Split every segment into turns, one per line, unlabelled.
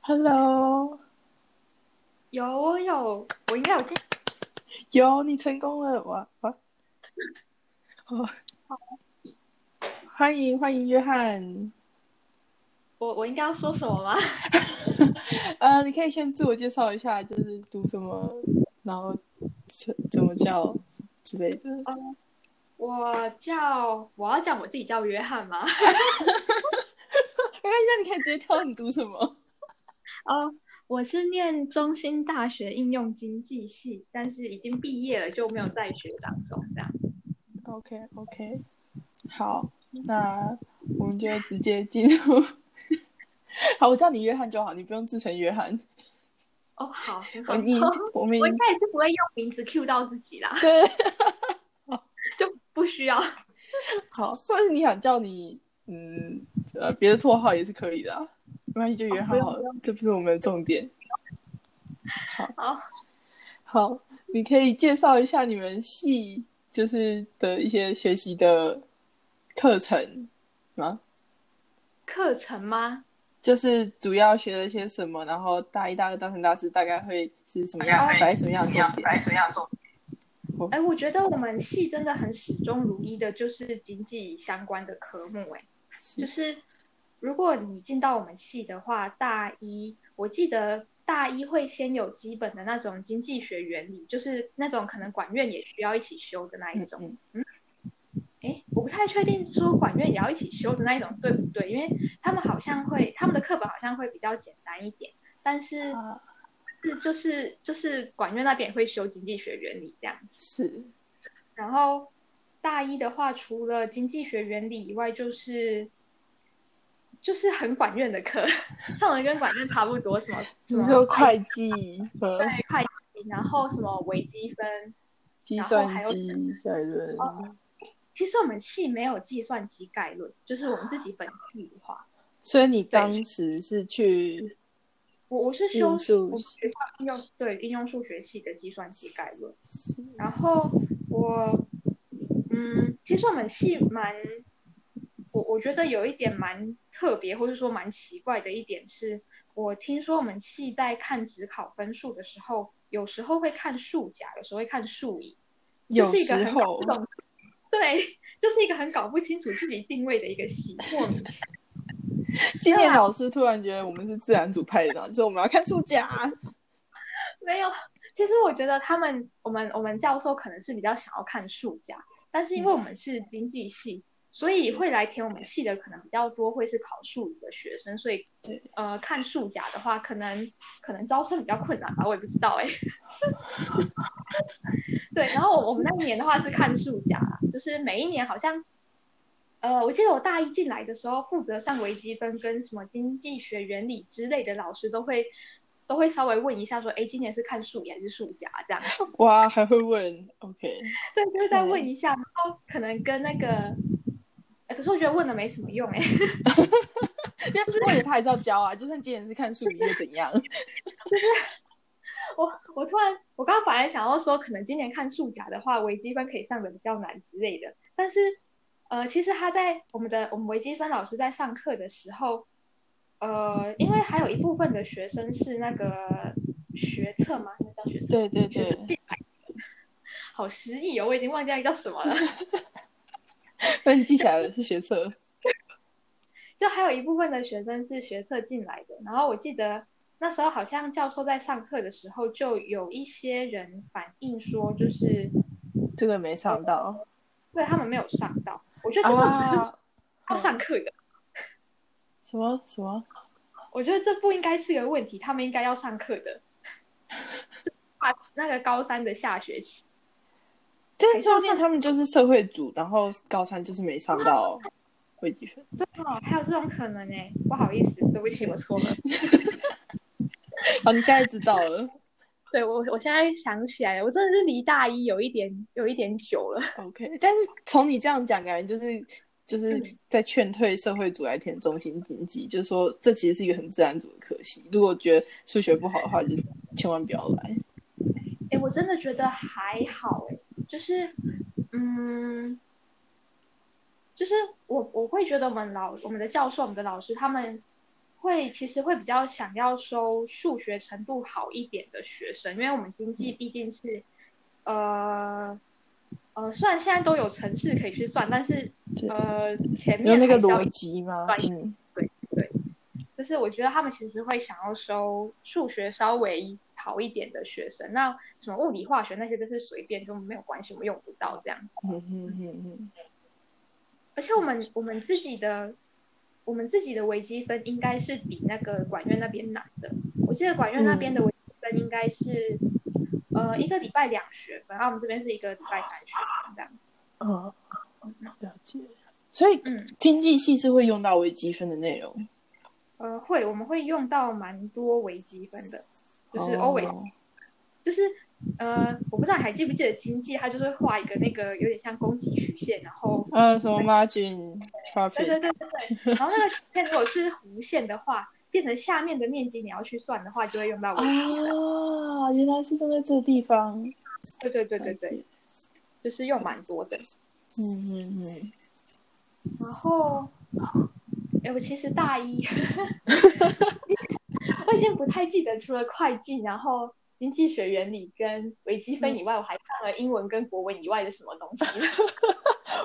Hello，
有我有，我应该有进。
有你成功了，哇哇！哦，欢迎欢迎约翰。
我我应该要说什么吗？
呃，你可以先自我介绍一下，就是读什么，然后怎怎么叫之类的。
我叫我要讲我自己叫约翰吗？
没关系，啊那你可以直接挑你读什么。
哦，我是念中兴大学应用经济系，但是已经毕业了，就没有在学当中这样。
OK OK，好，那我们就直接进入。 好，我叫你约翰就好，你不用自称约翰。
哦，好，很
我
好。
们 已我们已
我应该也是不会用名字 cue 到自己啦，
对，
就不需要。
好，或者是你想叫你嗯呃别的绰号也是可以的、啊，没关系就约
哦
翰
不用
好
不
了，这不是我们的重点。
好，
好，你可以介绍一下你们系就是的一些学习的课程吗？
课程吗？
就是主要学了些什么，然后大一、大二、大三、大四大概会是什么样，
大概会
摆什么样的重点？
什么样重
哎，我觉得我们系真的很始终如一的，就是经济相关的科目、哎。就是是如果你进到我们系的话，大一我记得大一会先有基本的那种经济学原理，就是那种可能管院也需要一起修的那一
嗯
种。
嗯，
诶，我不太确定说管院也要一起修的那一种对不对？因为他们好像会，他们的课本好像会比较简单一点，但是
啊
是就是就是管院那边也会修经济学原理这样。
是
然后大一的话，除了经济学原理以外，就是就是很管院的课，上的跟管院差不多，什么什
你
么
说会计和
对会计，然后什么微积分。
计
然后
算
还有哦
机概论，
其实我们系没有计算机概论，就是我们自己本地的话，
所以你当时是去
我我是
应
修
数
我们
系
学校应用对应用数学系的计算机概论。然后我，嗯，其实我们系蛮，我我觉得有一点蛮特别，或者说蛮奇怪的一点是，我听说我们系在看职考分数的时候，有时候会看数甲，有时候会看数乙，这
有
是一个
时
很搞
候
不 懂，对， 就是一个很搞不清楚自己定位的一个系，莫名其妙。
今年老师突然觉得我们是自然组派的啊，就是我们要看数甲。
没有，其实我觉得他们，我们我们教授可能是比较想要看数甲，但是因为我们是经济系，所以会来填我们系的可能比较多，会是考数理的学生，所以
对
呃看数甲的话，可能可能招生比较困难吧，我也不知道哎、 对，然后我我们那一年的话是看数甲啦，就是每一年好像。呃，我记得我大一进来的时候，负责上微积分跟什么经济学原理之类的老师都会都会稍微问一下说，哎，今年是看数乙还是数甲这样？
哇，还会问，OK，
对，就会再问一下，然后可能跟那个，哎可是我觉得问了没什么用哎、
要是问了他还是要教啊，就算今年是看数理又怎样？
我我突然，我刚刚本来想要说，可能今年看数甲的话，微积分可以上的比较难之类的，但是呃，其实他在我们的我们微积分老师在上课的时候，呃，因为还有一部分的学生是那个学测嘛，那叫学测，
对对
学
对
测，进来的，好失忆哦，我已经忘记那个叫什么 了。
那你记起来了是学测，
就还有一部分的学生是学测进来的。然后我记得那时候好像教授在上课的时候，就有一些人反映说，就是
这个没上到
对他们没有上到。我觉得这个不是
啊？
要上课的，
什么什么？
我觉得这不应该是个问题，他们应该要上课的。啊，那个高三的下学期，
但是说不定他们就是社会组，然后高三就是没上到微积分，
对哦，还有这种可能呢、欸不好意思，对不起，我错了。
好，你现在知道了
对我，我现在想起来了，我真的是离大一有一点有一点久了。
，OK。但是从你这样讲，感觉就是。就是
嗯
在劝退社会组来填中心经济，就是说这其实是一个很自然组的可惜。如果觉得数学不好的话，就千万不要来。
哎，我真的觉得还好哎，就是，嗯，就是我我会觉得我们老我们的教授、我们的老师他们会其实会比较想要收数学程度好一点的学生，因为我们经济毕竟是，呃，呃，虽然现在都有城市可以去算，但是
对
呃，前
有
面
那个
还是要
逻辑吗？
专业
嗯，
就是我觉得他们其实会想要收数学稍微好一点的学生，那什么物理、化学那些都是随便就没有关系，我们用不到这样。
嗯嗯嗯
而且我们我们自己的我们自己的微积分应该是比那个管院那边难的。我记得管院那边的微积分应该是、呃一个礼拜两学分，然后我们这边是一个礼拜三学分这样。
嗯，哦，了解。所以
嗯，
经济系是会用到微积分的内容，
呃，会我们会用到蛮多微积分的，就是
哦
always、就是呃，我不知道你还记不记得经济，它就是会画一个那个有点像供给曲线，然后
呃，什么 margin
对对
profit，
对对对，然后那个曲线如果是弧线的话，变成下面的面积你要去算的话，就会用到微积分。
啊，原来是站在这个地方。
对对对对对，就是用蛮多的。
嗯嗯嗯，
然后，哎，我其实大一， 我已经不太记得除了会计，然后经济学原理跟微积分以外，我还上了英文跟国文以外的什么东西。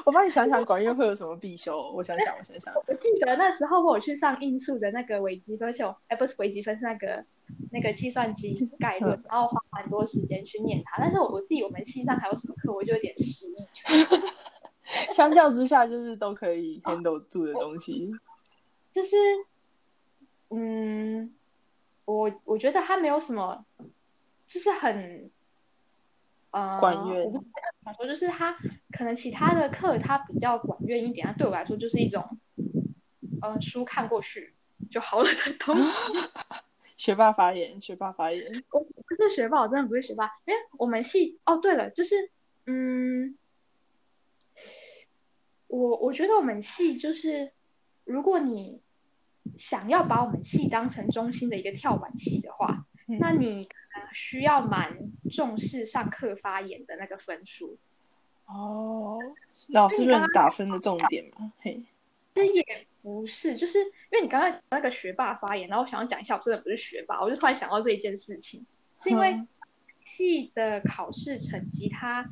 我帮你想想管乐会有什么必修，我想想，我想想。
我记得那时候我有去上应数的那个微积分，而且我哎不是微积分是那个那个计算机概论，然后我花蛮多时间去念它。但是我我自己我们系上还有什么课，我就有点失忆。
相较之下，就是都可以 handle 住的东西。
就是，嗯，我我觉得他没有什么，就是很，呃，
管乐
我不知道怎么说，就是他可能其他的课他比较管乐一点，他对我来说就是一种，呃，书看过去就好了的东西。
学霸发言，学霸发言。
我不是学霸，我真的不是学霸，因为我们系哦，对了，就是嗯，我我觉得我们系就是，如果你想要把我们系当成中心的一个跳板系的话，
嗯
那你可能需要蛮重视上课发言的那个分数。
哦，老师论打分的重点嘛，嘿，
其实也不是，就是因为你刚才讲那个学霸发言，然后我想要讲一下，我真的不是学霸，我就突然想到这一件事情，是因为
嗯
系的考试成绩它，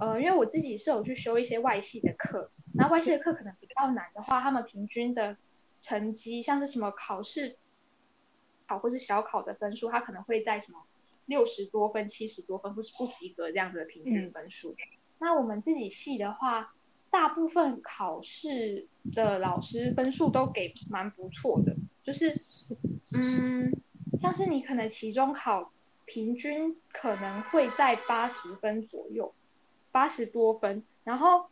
呃，因为我自己是有去修一些外系的课，然后外系的课可能比较难的话，他们平均的成绩，像是什么考试考或是小考的分数，它可能会在什么六十多分、七十多分，或是不及格这样子的平
嗯
均分数。那我们自己系的话，大部分考试的老师分数都给蛮不错的，就是嗯，像是你可能期中考平均可能会在八十分左右，八十多分，然后。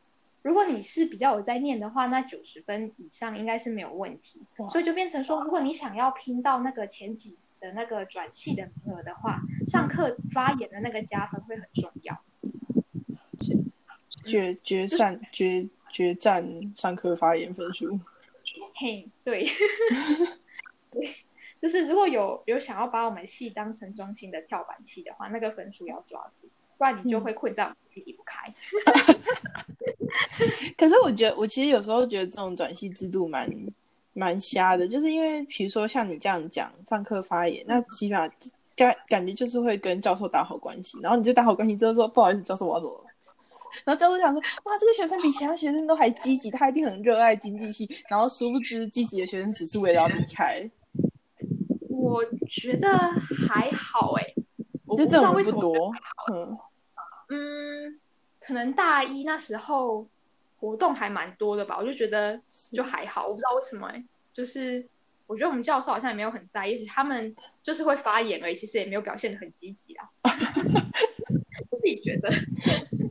如果你是比较有在念的话，那九十分以上应该是没有问题。
哇
所以就变成说，如果你想要拼到那个前几的那个转系的名额的话，上课发言的那个加分会很重要。
决决战决决战上课发言分数。
嘿，对， 对，就是如果有有想要把我们系当成中心的跳板系的话，那个分数要抓住，不然
嗯
你就会困在我们系离不开。
可是我觉得，我其实有时候觉得这种转系制度蛮蛮瞎的，就是因为比如说像你这样讲上课发言，
嗯
那起码感感觉就是会跟教授打好关系，然后你就打好关系之后说不好意思，教授我要走了。然后教授想说，哇，这个学生比其他学生都还积极，他一定很热爱经济系。然后殊不知，积极的学生只是为了要离开，
我觉得还好哎、我不
就
知
这
道
种
为
人
什
不
么，
多。嗯，
嗯，可能大一那时候活动还蛮多的吧，我就觉得就还好，我不知道为什么哎、就是。我觉得我们教授好像也没有很在意，而且他们就是会发言而已，其实也没有表现的很积 极啊。我自己觉得，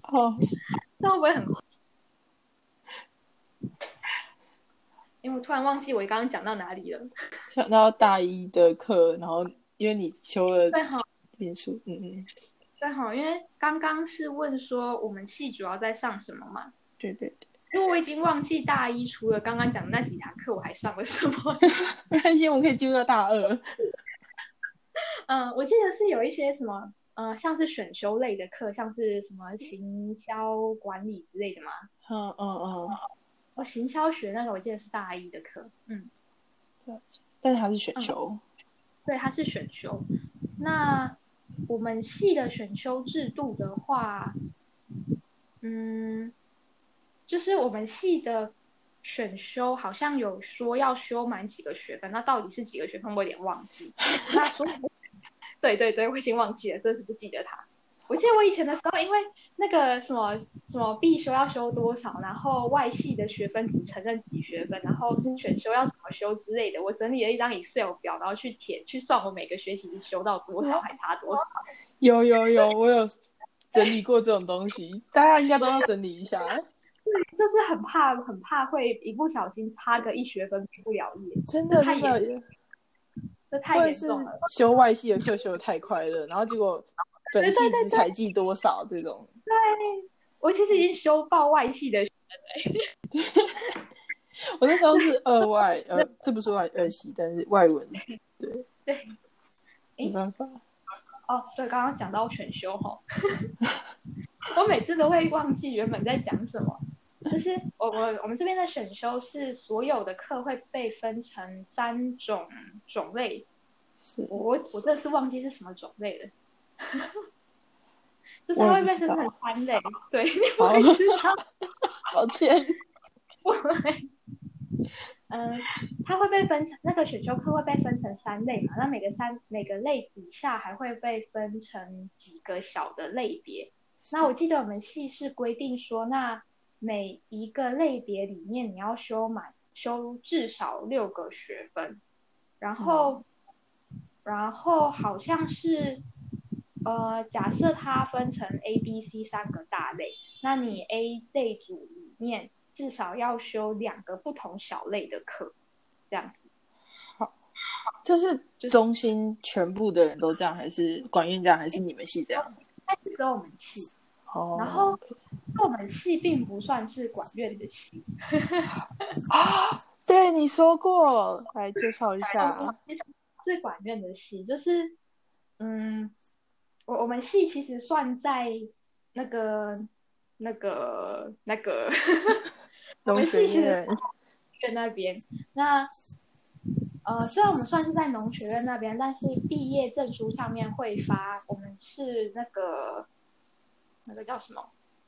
哦，
那会不会很快？因为我突然忘记我刚刚讲到哪里了。
想到大一的课，然后因为你修了
对哈，
点数，嗯嗯，
对哈，因为刚刚是问说我们系主要在上什么嘛？
对对对，
因为我已经忘记大一除了刚刚讲的那几堂课，我还上了什么。
没关系，我们可以进入到大二。
嗯，我记得是有一些什么，呃，像是选修类的课，像是什么行销管理之类的嘛。
嗯嗯嗯，
哦，行销学那个我记得是大一的课，嗯。
对但是它是选修，
对，它是选修。那我们系的选修制度的话，嗯，就是我们系的选修好像有说要修满几个学分，那到底是几个学分，我有点忘记。那所以， 对对对，我已经忘记了，真是不记得它。我记得我以前的时候，因为那个什么什么必修要修多少，然后外系的学分只承认几学分，然后选修要怎么修之类的，我整理了一张 Excel 表，然后去填去算我每个学期是修到多少，还差多少。
有有有，我有整理过这种东西，大家应该都要整理一下。
就是很怕很怕会一不小心差个一学分毕不了业，
真的
太
真的，
这太
或者
严
是
重了。
修外系的课修的太快乐，然后结果本系
对对对
只采记多少这种。
我其实已经修爆外系的，
我那时候是二外，呃，这不是外二系，但是外文，对
对，
没办法，
哦，对，刚刚讲到选修吼， 我每次都会忘记原本在讲什么。就是我我我们这边的选修是所有的课会被分成三种种类，
是
我我我这次忘记是什么种类了， 就是
我
它
也
会
不
被
知
分成三类，对，你不
好
会知道，
抱 歉，
不会。嗯，它会被分成那个选修课会被分成三类嘛？那每个三每个类底下还会被分成几个小的类别。那我记得我们系是规定说，那每一个类别里面你要修满修至少六个学分，然后、然后好像是呃，假设它分成 A、B、C 三个大类，那你 A 类组里面至少要修两个不同小类的课，这样子。
这是中心全部的人都这样，还是管院这样，还是你们系这样？
但是只有我们系，
哦，
然后我们系并不算是管院的系，
对你说过，来介绍一 下，
是管院的系，就是嗯，我我们系其实算在那个那个那个
农学
我们
院
系院那边，那呃，虽然我们算是在农学院那边，但是毕业证书上面会发，我们是那个那个叫什么，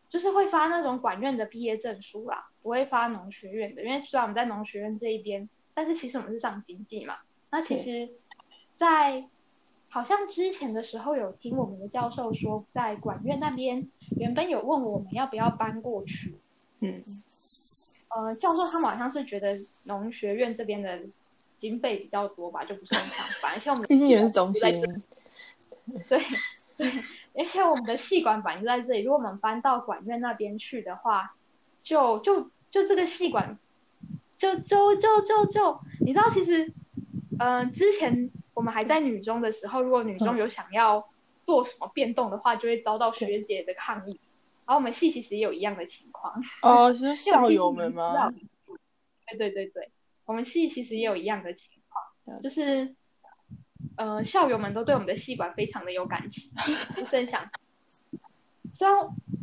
就是会发那种管院的毕业证书啦，不会发农学院的，因为虽然我们在农学院这一边，但是其实我们是上经济嘛，那其实在，好像之前的时候有听我们的教授说，在管院那边原本有问我们要不要搬过去，
嗯，
呃，教授他们好像是觉得农学院这边的经费比较多吧，就不是很想搬。像我们
毕竟也是中心，
对对，而且我们的系馆本来就在这里，如果我们搬到管院那边去的话，就就就这个系馆，就就就就就，你知道，其实，呃，之前我们还在女中的时候，如果女
嗯
中有想要做什么变动的话，就会遭到学姐的抗议。然后我们系其实也有一样的情况。
哦，是校友们吗？？
对对对对，我们系其实也有一样的情
了
况，就是呃，校友们都对我们的系馆非常的有感情，就是很想。虽然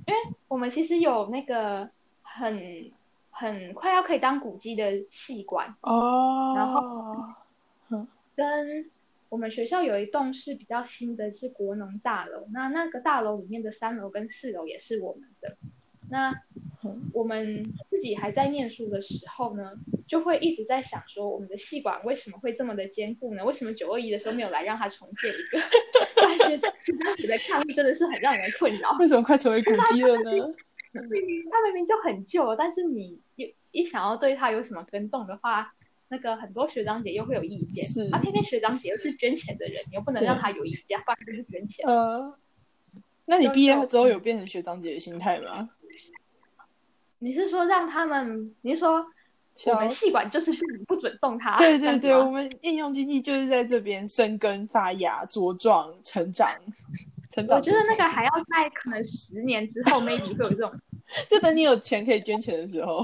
因为我们其实有那个很很快要可以当古迹的系馆，
哦，
然跟我们学校有一栋是比较新的，是国农大楼。那那个大楼里面的三楼跟四楼也是我们的。那我们自己还在念书的时候呢，就会一直在想说，我们的系馆为什么会这么的坚固呢？为什么九二一的时候没有来让它重建一个？ 大学当时的抗议真的是很让人困扰。
为什么快成为古迹了呢？
它明明就很旧了，但是你一一想要对它有什么跟动的话，那个很多学长姐又会有意见
是。
啊，偏偏学长姐又是捐钱的人，你又不能
对
让他有意见，不然就是捐钱。
呃，那你毕业之后有变成学长姐的心态吗？
你是说让他们？你是说我们系管就是 叫你不准动它？
对对
这
对，
样
我
子吗
们应用经济就是在这边生根发芽、茁壮成长、成长茁壮。
我觉得那个还要在可能十年之后，maybe 会有这种。
就等你有钱可以捐钱的时候，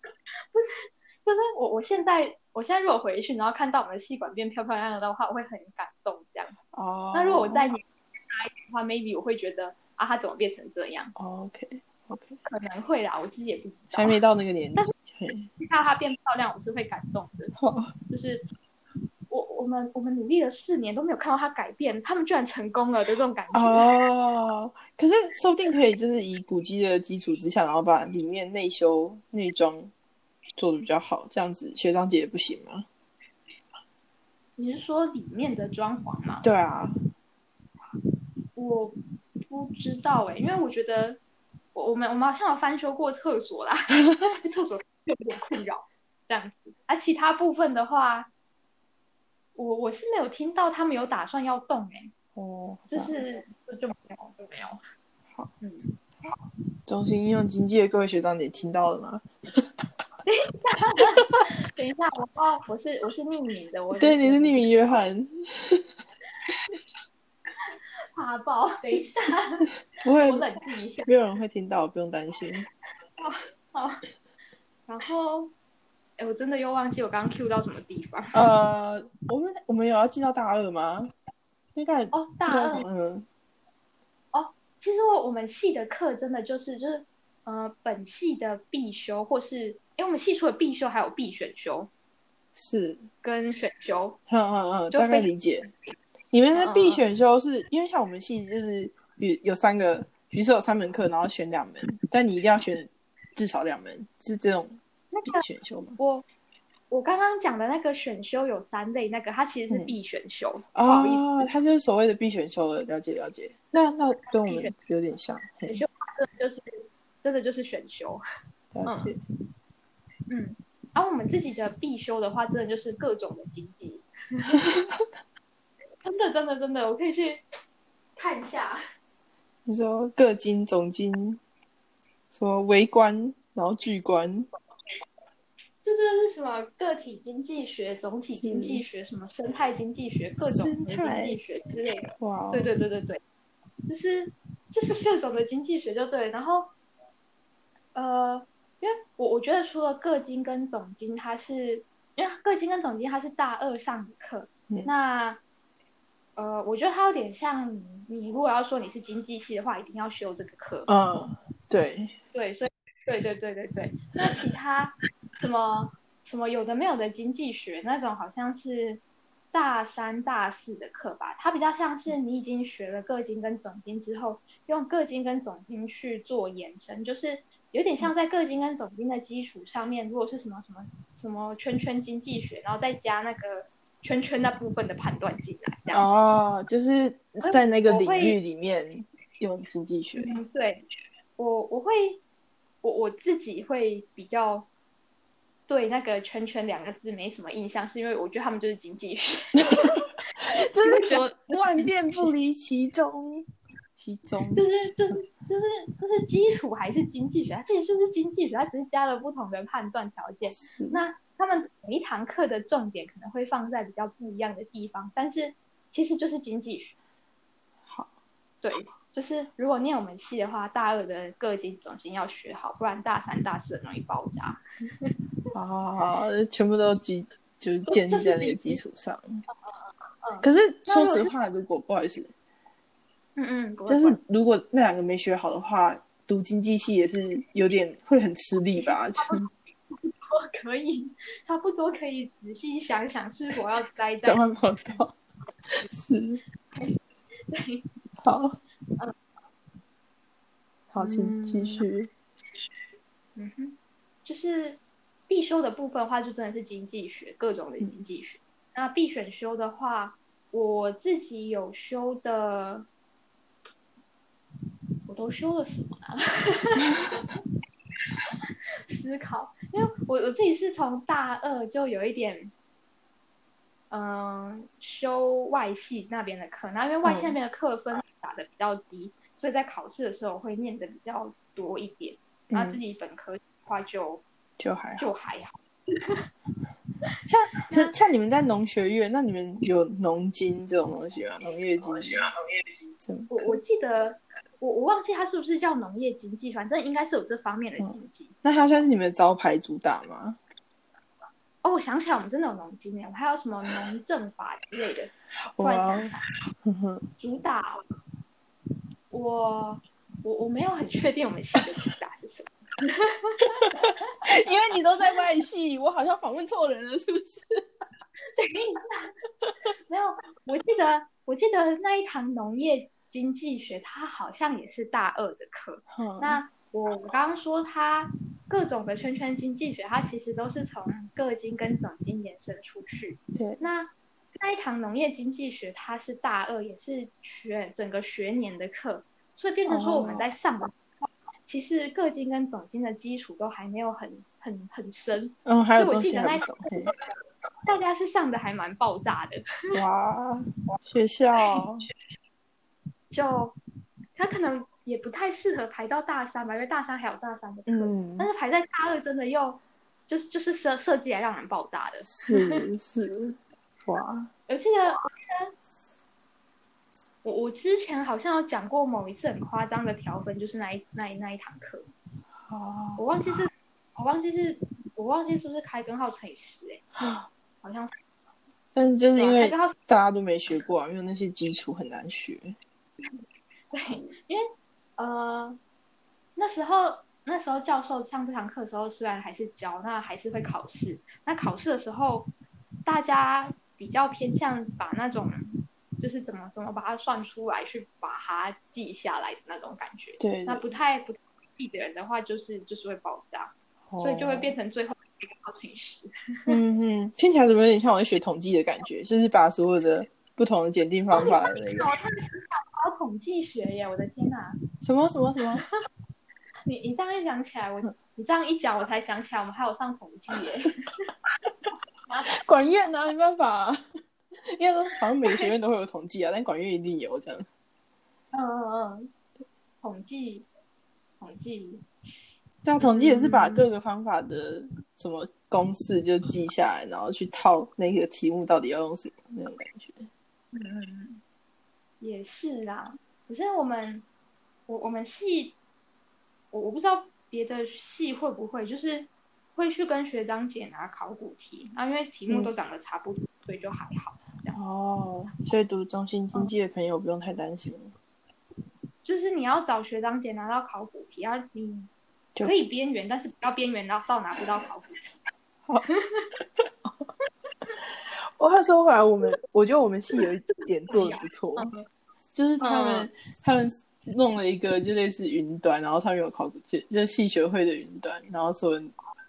就是我我现在我现在如果回去，然后看到我们的系管变漂漂亮亮的话，我会很感动。这样，
哦
那如果我再年纪大一点的话，maybe 我会觉得啊，他怎么变成这样？
OK OK，
可能会啦，我自己也不知道。
还没到那个年纪，嘿
看到她变漂亮，我是会感动的。
好
就是们我们努力了四年都没有看到他改变，他们居然成功了的这种感觉。
哦，可是说不定可以就是以古迹的基础之下，然后把里面内修内装做的比较好，这样子学长姐也不行吗？
你是说里面的装潢吗？
对啊，
我不知道哎、因为我觉得我我们我们好像有翻修过厕 所啦，厕所有点困扰这样子。啊，其他部分的话，我我是没有听到他们有打算要动哎、
哦，
就是就就没有就没有。
好，
嗯，
中心应用经济的各位学长姐听到了吗？
等一下，我哦，我是我是匿名的，我
对，你是匿名约翰，
怕爆。等一 下，
不会
我，冷静一下。
没有人会听到，不用担心。
然后，哎，我真的又忘记我刚刚 Q 到什么地方
呃，我们我们有要进到大二吗？应该
哦，大二
嗯，
其实我我们系的课真的就是就是呃本系的必修，或是因为我们系除了必修还有必选修
是，
跟选修，
嗯嗯嗯，
就
大概
非
理解。你们的
嗯嗯
必
嗯
选修是因为像我们系就是有有三个，比如说有三门课，然后选两门，但你一定要选至少两门，是这种
那
必
个
选修吗？
我。我刚刚讲的那个选修有三类，那个它其
嗯
实是必选修，不好意
啊，
思，
它就是所谓的必选修了，了解了解。那那跟我
必
们
选
有点像，嘿
就是真的就是选修。
了解。
嗯，而、我们自己的必修的话，真的就是各种的经济，真的真的真的，我可以去看一下。
你说各经总经，什么微观，然后巨观，
这真的是什么个体经济学、总体经济学、什么生态经济学、各种的经济学之类的。
哇哦，
对对对对对，就是就是各种的经济学就对了。然后，呃，因为我我觉得除了个经跟总经，它是因为个经跟总经它是大二上的课，
嗯
那呃，我觉得它有点像你你如果要说你是经济系的话，一定要修这个课。
嗯，对，
对，所以对对对对对，那其他什么什么有的没有的经济学那种，好像是大三大四的课吧，它比较像是你已经学了个经跟总经之后，用个经跟总经去做延伸，就是有点像在个经跟总经的基础上面，如果是什么什么什么圈圈经济学，然后再加那个圈圈那部分的判断进来，这样。嗯
哦，就是在那个
我
领
会
域里面用经济学，
嗯，对，我我会，我我自己会比较对那个“圈圈”两个字没什么印象，是因为我觉得他们就是经济学。
真的 我万变不离其宗，其宗
就是就是就是就是基础还是经济学，它这就是经济学，它只是加了不同的判断条件。
是
那他们每一堂课的重点可能会放在比较不一样的地方，但是其实就是经济学。
好，
对，就是如果念我们系的话，大二的各经总经要学好，不然大三大四很容易爆炸。
好好好，全部都基就是
哦
建立在那个基础上。
嗯
可是说实话，如果不好意思，
嗯嗯，不会
就
不会
是如果那两个没学好的话，读经济系也是有点会很吃力吧？
我可以 差不多可以仔细想想是否要栽在
转换跑道 是
对
好
嗯，
好，请
嗯
继续。
嗯哼，就是必修的部分的话，就真的是经济学，各种的经济学。那必选修的话，我自己有修的，我都修了什么啊？ 思考，因为我我自己是从大二就有一点，嗯、修外系那边的课，那因为外系那边的课分打的比较低，所以在考试的时候会念的比较多一点。然后自
嗯，
己本科的话就
就还好。
就还好，
像像像你们在农学院，那你们有农经这种东西吗？农业经济这种
我我记得我我忘记它是不是叫农业经济，反正应该是有这方面的经济。
那它算是你们的招牌主打吗？
哦，我想起来，我们真的有农经耶，我还有什么农政法之类的，突然
哇
想想，
呵呵，
主打我我我没有很确定我们系的主打是什么。
因为你都在外系，我好像访问错人了，是不是？
等一下，我记得我记得那一堂农业经济学，它好像也是大二的课。
嗯
那我刚刚说它各种的圈圈经济学，它其实都是从各经跟总经延伸出去。
对，
那那一堂农业经济学，它是大二，也是学整个学年的课，所以变成说我们在上的时候其实各经跟总经的基础都还没有很很很深，
嗯，还有
所以我
东
记
西
得
还
那
不懂，嘿
大家是上的还蛮爆炸的。
哇，学校
就他可能也不太适合排到大三吧，因为大三还有大三的课，
嗯
但是排在大二真的又就是就是设设计来让人爆炸的。
是是，哇，
我记得我记得我我之前好像有讲过某一次很夸张的调分，就是那一那一那一堂课，
好，
我忘记是我忘记是我忘记是不是开根号乘以十哎、好像是
但是就是
吧
因
啊开
为
根号乘
大家都没学过、啊，因为那些基础很难学，
对，因为呃那时候那时候教授上这堂课的时候，虽然还是教，那还是会考试。那考试的时候，大家比较偏向把那种就是怎么怎么把它算出来，去把它记下来的那种感觉。
对，
那不太不太记的人的话，就是就是会爆炸，所以就会
哦
变成最后一个乘以十。
嗯哼，听起来怎么有点像我在学统计的感觉，就是把所有的不同的检定方法的那个
哦，他们是搞统计学耶！我的天哪，
什么什么什 么，
你你这样一讲起来，我你这样一讲，我才想起来我们还有上统计耶。
管院啊，没办法、啊，应该说好像每个学院都会有统计啊，但管院一定有这样。
嗯嗯嗯，统计统计，
但统计也是把各个方法的什么公式就记下来，然后去套那个题目到底要用什么那种感觉。
嗯嗯嗯，也是啦。可是我们我我们系，我我不知道别的系会不会，就是会去跟学长姐拿考古题，啊，因为题目
嗯
都长得差不多，所以就还好。
哦，所以读中心经济的朋友不用太担心，
就是你要找学长姐拿到考古题，要你
就
可以边缘，但是不要边缘到到拿不到考古题。
我话说回来，我们我觉得我们系有一点做的不错，嗯
嗯
就是他们、他们弄了一个就类似云端，然后上面有考古，就就系学会的云端，然后所有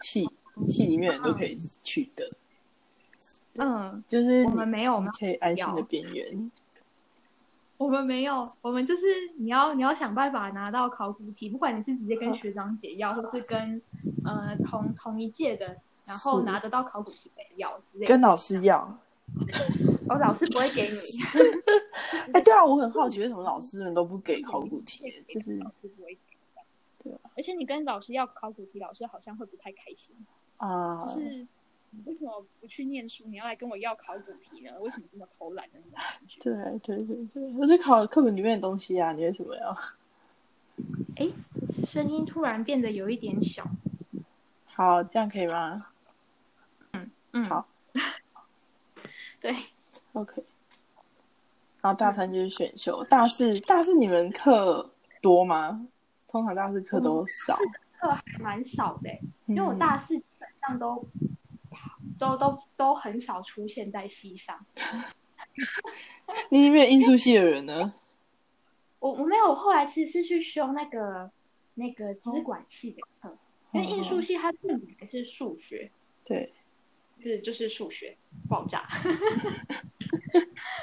系系里面的人都可以取得，
嗯，
就是
我们
你
没有，我
你
们
可以安心的边缘。
我们没有，我们就是你要你要想办法拿到考古题，不管你是直接跟学长姐要，或是跟呃同同一届的，然后
是
拿得到考古题的要之类的。
跟老师要，
我老师不会给你，
哎、对啊，我很好奇为什么老师们都不给考古题，就是
老师不会给。对，而且你跟老师要考古题，老师好像会不太开心。嗯
啊，
就是你为什么不去念书，你要来跟我要考古题呢？为什么这么偷懒的那种感觉？
对对对对，我就考课本里面的东西啊，你为什么要？
声音突然变得有一点小。
好，这样可以吗
嗯，
好。
对，
？OK。然后大三就是选修，大四大四你们课多吗？通常大四课都少，
哦
嗯
蛮少的欸、因为我大四基本上都都都都很少出现在系上。
嗯你已经变艺术系的人呢？
我我没有，我后来其实是去修那个那个
哦
资管系的课，因为艺术系它重点还是数学，
嗯对，
是就是数学 爆炸。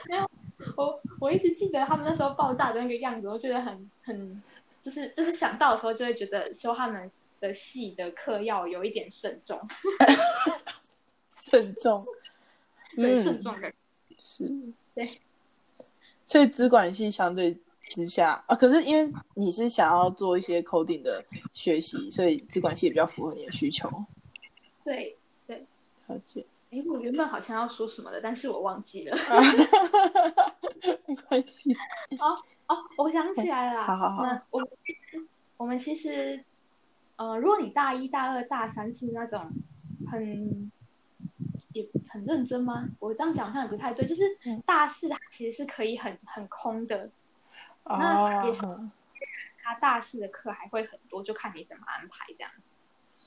然后我我一直记得他们那时候爆炸的那个样子，我觉得很很就是就是想到的时候就会觉得修他们的系的课要有一点慎重，
慎重，
对、
嗯，
慎重的
是，
对。
所以资管系相对之下啊，可是因为你是想要做一些 coding 的学习，所以资管系也比较符合你的需求。
对。
了解，
哎，我原本好像要说什么的，但是我忘记了。
没关系。
哦，我想起来了啦。
好好好
那我们其实我们其实，呃，如果你大一、大二、大三是那种很也很认真吗？我这样讲好像也不太对，就是
嗯
大四它其实是可以很很空的，
啊
那也是他大四的课还会很多，就看你怎么安排这样。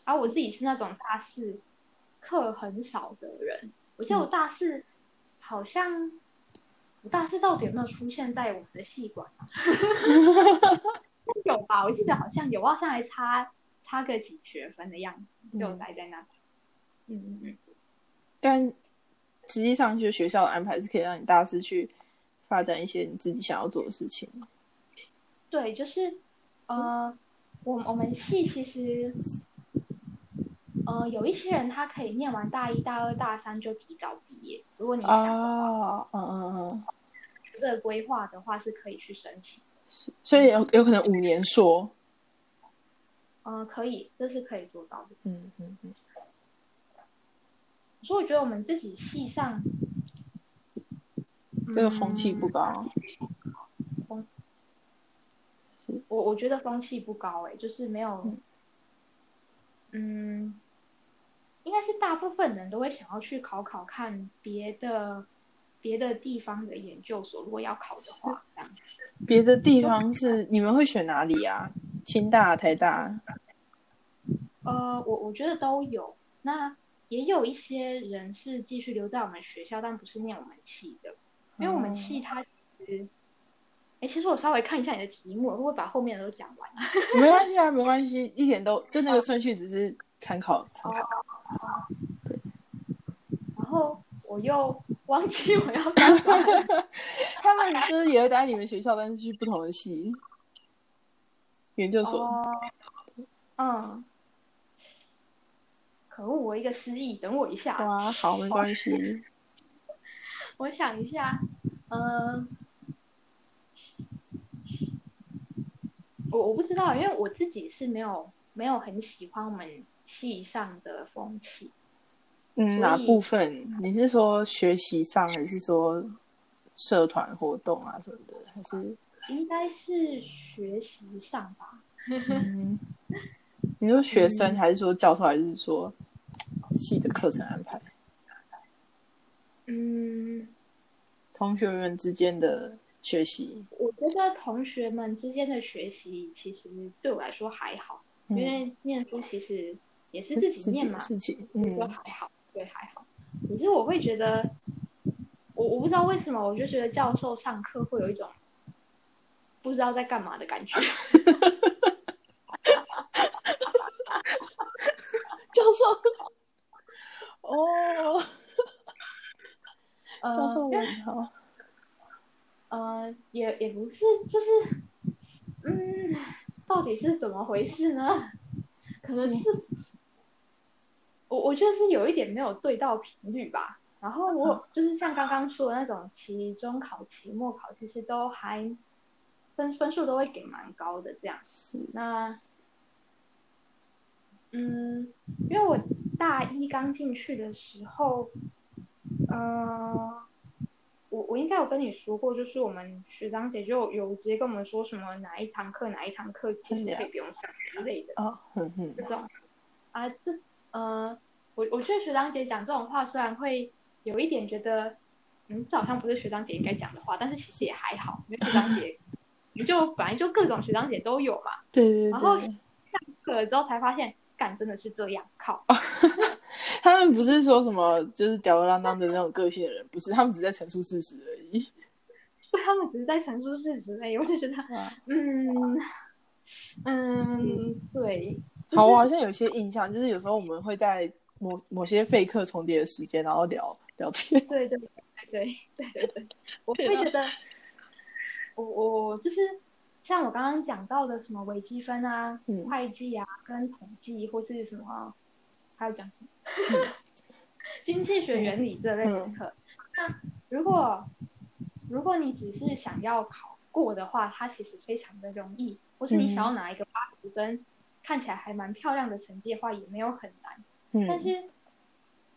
而我自己是那种大四嗯课很少的人，我记得我大四好像辅大是到底有没有出现在我们的系馆啊？ 有吧？我记得好像有，我好像还差差个几学分的样子，就待在那边。嗯嗯嗯，
但实际上，就学校的安排是可以让你大四去发展一些你自己想要做的事情。
对，就是呃，我我们系其实呃有一些人他可以念完大一、大二、大三就提早毕业，如果你想的话，
哦，嗯嗯嗯，
有这个规划的话是可以去申请。
所以有有可能五年硕，
呃，可以，这是可以做到的。
嗯嗯嗯，
所以我觉得我们自己系上
这个风气不
嗯
高。
我我觉得风气不高哎、就是没有，嗯应该是大部分人都会想要去考考看别的别的地方的研究所，如果要考的话，这样
别的地方是你们会选哪里啊？清大、台大，
呃，我我觉得都有，那也有一些人是继续留在我们学校，但不是念我们系的，因为我们系它其实，哎、其实我稍微看一下你的题目，我会不会把后面的都讲完。
没关系啊，没关系，一点都就那个顺序只是参考参考。
然后我又忘记我要干嘛了。
他们就是也会待在你们学校，但是去不同的系研究所。
哦，嗯，可恶，我一个失忆，等我一下，
哇，哦好，没关系。
我想一下，嗯。我我不知道，因为我自己是没有没有很喜欢我们系上的风气，
嗯，
所
哪
以
部分？你是说学习上，还是说社团活动啊什么的？还是
应该是学习上吧。
嗯，你说学生，还是说教授，还是说系的课程安排？
嗯，
同学们之间的学习，
我觉得同学们之间的学习其实对我来说还好，
嗯
因为念书其实也是自己念
的
嘛，
事情，
我
嗯
觉得还好，对，还好。可是我会觉得，我我不知道为什么，我就觉得教授上课会有一种不知道在干嘛的 感觉。
教授， 哦，
呃
教授
因为
问好，
呃，也也不是，就是，嗯，到底是怎么回事呢？可能是，
嗯
我我觉得是有一点没有对到频率吧。然后
嗯
我就是像刚刚说的那种期中考、期末考，其实都还分分数都会给蛮高的这样。
是
那，嗯，因为我大一刚进去的时候，呃，我我应该有跟你说过，就是我们学长姐就有直接跟我们说什么哪一堂课哪一堂课其实可以不用上之类的
啊，哼哼
这，种啊，这呃，我我觉得学长姐讲这种话，虽然会有一点觉得，嗯，这好像不是学长姐应该讲的话，但是其实也还好，因为学长姐 就本来就各种学长姐都有嘛。
对对
然后
对，
课了之后才发现，干真的是这样，靠！
他们不是说什么就是吊儿郎当的那种个性的人，不是，他们只是在陈述事实而已。
对他们只是在陈述事实而已，我就觉得，嗯嗯，对，就是
好，我好像有些印象，就是有时候我们会在某某些废课重叠的时间，然后聊聊天。
对对对对对对对，我会觉得，我我我就是像我刚刚讲到的什么微积分啊、
嗯
会计啊、跟统计或是什么，还有讲什么、 经济学原理这类的课。那如果如果你只是想要考过的话，它其实非常的容易，或是你想要拿一个八十分，看起来还蛮漂亮的成绩的话，也没有很难。
嗯，
但是，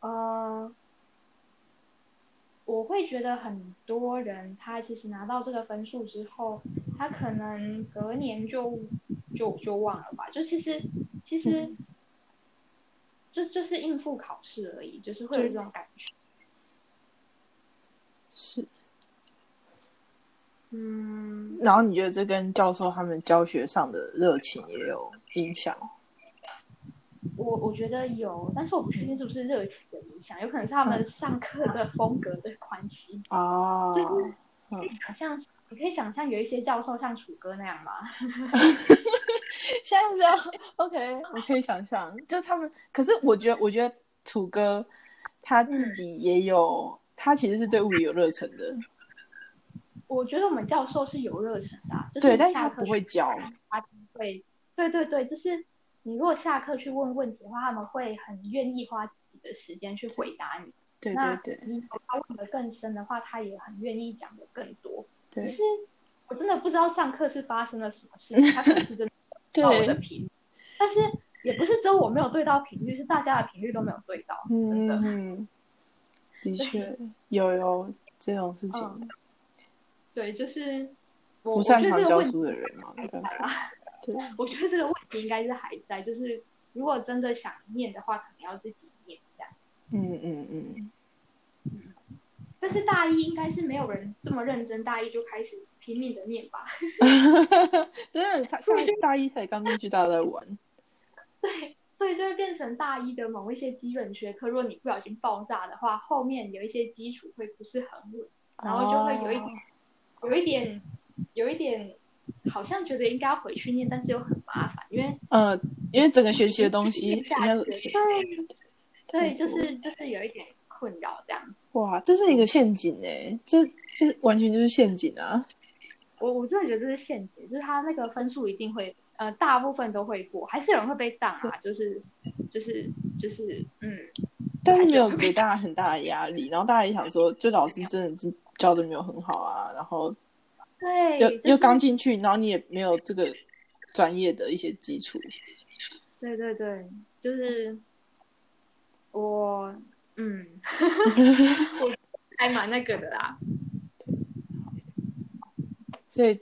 呃，我会觉得很多人他其实拿到这个分数之后，他可能隔年就就就忘了吧。就其实其实，就就是应付考试而已，就是会有
对
这种感觉。
是，
嗯，
然后你觉得这跟教授他们教学上的热情也有影响？
我我觉得有，但是我不确定是不是嗯热情的影响，有可能是他们上课的风格的关系。
啊，
就是
嗯
可以想象，你可以想象有一些教授像楚哥那样吗？
现在是要 OK，我可以想象，就他们。可是我觉得，我觉得楚哥他
嗯
自己也有，他其实是对物理有热忱的，
我觉得我们教授是有热忱的啊、就是
对，但是
下
他
课
不会教。
他会，对对对，就是你如果下课去问问题的话，他们会很愿意花自己的时间去回答你。
对
那
对对
你把他问的更深的话，他也很愿意讲的更多。只
对
是我真的不知道上课是发生了什么 事情，他可能是真的对到我
对，
的频率，但是也不是只有我没有对到频率，是大家的频率都没有对到。
嗯
真的，
嗯，的确有有这种事情，
嗯对，就是我
不
我觉
擅
得
长
这个
教
问题
书的人嘛，没办法。 对，
我觉得这个问题应该是还在，就是如果真的想念的话，可能要自己念这样。
嗯嗯嗯，
但是大一应该是没有人这么认真，大一就开始拼命的念吧。
真的，他大大一才刚进去，大家都在玩。
对，所以就会变成大一的某一些基本学科，如果你不小心爆炸的话，后面有一些基础会不是很稳，然后就会有一
哦
点，有一点，有一点，好像觉得应该要回去念，但是又很麻烦，因为
呃，因为整个学期的东西，
念
应
下
该
去对，对，就是就是有一点困扰这样。
哇，这是一个陷阱哎，这这完全就是陷阱啊！
我我真的觉得这是陷阱，就是他那个分数一定会，呃，大部分都会过，还是有人会被当啊，就是就是就是，嗯，
但是没有给大家很大的压力，然后大家也想说，就老师真的是教的没有很好啊，然后
对，
又、
就是
又刚进去，然后你也没有这个专业的一些基础，
对对对，就是我，嗯， 我还蛮那个的啦。
所以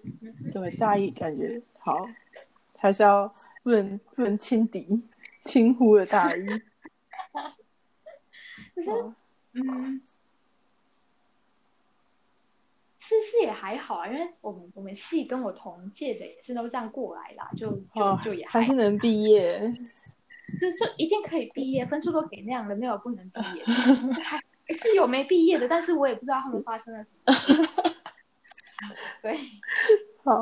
对大一感觉好，还是要不能不能轻敌轻忽了大一。
就是
哦
嗯，是是也还好啊，因为我们我们系跟我同届的也是都这样过来啦，就就
哦
就也
还
还
是能毕业，
就就一定可以毕业，分数都给那样的，没有不能毕 业的，还是有没毕业的，但是我也不知道他们发生了什么。对。
好，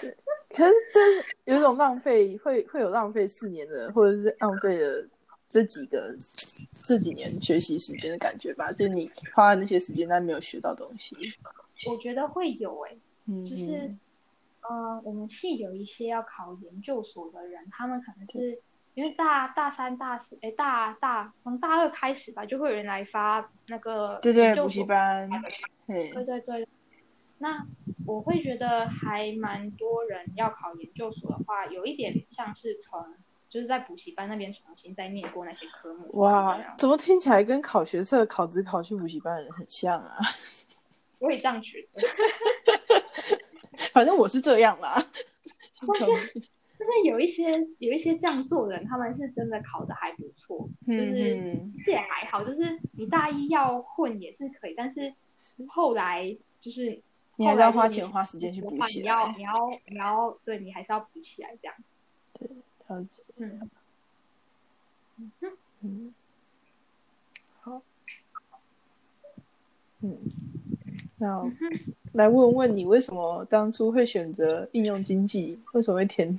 对，可是真的有一种浪费，会会有浪费四年的，或者是浪费了这几个这几年学习时间的感觉吧。就是你花了那些时间，但没有学到东西。
我觉得会有诶、
嗯，
就是，呃，我们系有一些要考研究所的人，他们可能是因为大大三、大四，哎，大大从大二开始吧，就会有人来发那个
对对
研，究
补习
所，
班，嘿，
对对对。那我会觉得还蛮多人要考研究所的话，有一点像是从就是在补习班那边重新再念过那些科目。
哇
这样，
怎么听起来跟考学测、考职、考去补习班的人很像啊？
我也这样觉得。
反正我是这样啦。
但是有一些有一些这样做的人，他们是真的考的还不错，就是。
嗯，
这也还好，就是你大一要混也是可以，但是后来就是
你还是要花钱花时间去补
你
起
要
来。
你要你要，对你还是要补起来这样。
了解
嗯，
嗯，好，嗯，那
嗯
我来问问你，为什么当初会选择应用经济？为什么会填？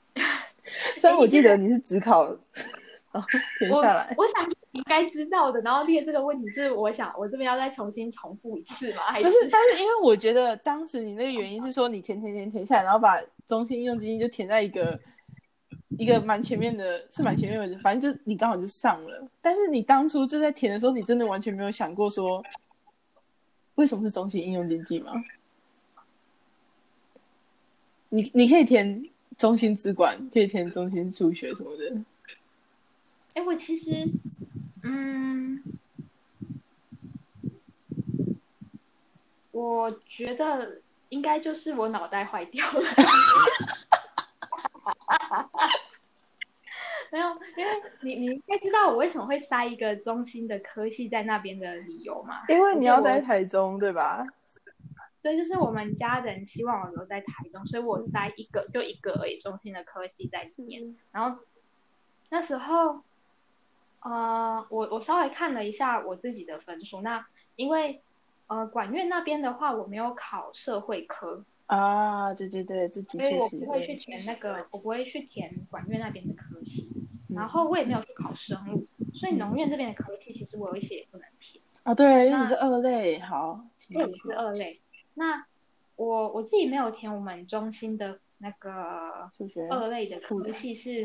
虽然我记得你是只考， 然后 填
我
下来，
我想你应该知道的，然后列这个问题是我想我这边要再重新重复一次吗？还
不是，但是因为我觉得当时你那个原因是说你填填填填下来，然后把中心应用经济就填在一个一个蛮前面的，是蛮前面的位置，反正就你刚好就上了。但是你当初就在填的时候，你真的完全没有想过说为什么是中心应用经济吗？你你可以填中心资管，可以填中心数学什么的。
哎、我其实，嗯，我觉得应该就是我脑袋坏掉了。 没有，因为你你应该知道我为什么会塞一个中心的科系在那边的理由嘛？
因为
我
你
觉得
要
我
在台中对吧？
对，就是我们家人希望我留在台中，所以我塞一个就一个而已中心的科系在里面。然后那时候，呃，我我稍微看了一下我自己的分数，那因为呃，管院那边的话，我没有考社会科，
啊，对对对，这的
所以
确
我
是
不
有
会去
点
填那个，我不会去填管院那边的科系，
嗯
然后我也没有去考生物，所以农院这边的科系其实我有一些也不能填。
啊，对，因为
那
你是二类，好，请
对，
继
我
续
是二类。那我我自己没有填我们中心的那个
数学
二类的
酷
科
的
系是，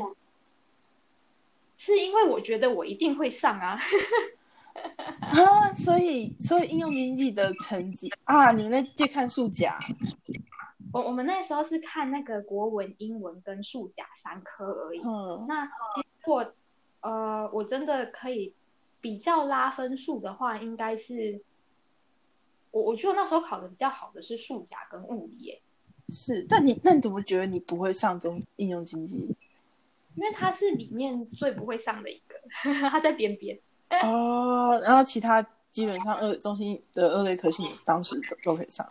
是因为我觉得我一定会上啊。
啊，所以所以应用经济的成绩啊，你们在借看数甲
我我们那时候是看那个国文、英文跟数甲三科而已。
嗯
那如果呃我真的可以比较拉分数的话，应该是我我觉得我那时候考的比较好的是数甲跟物理耶，
是，但你那你怎么觉得你不会上中应用经济？
因为它是里面最不会上的一个， 它在边边。
哦，然后其他基本上二中心的二类科系，你当时都都可以上。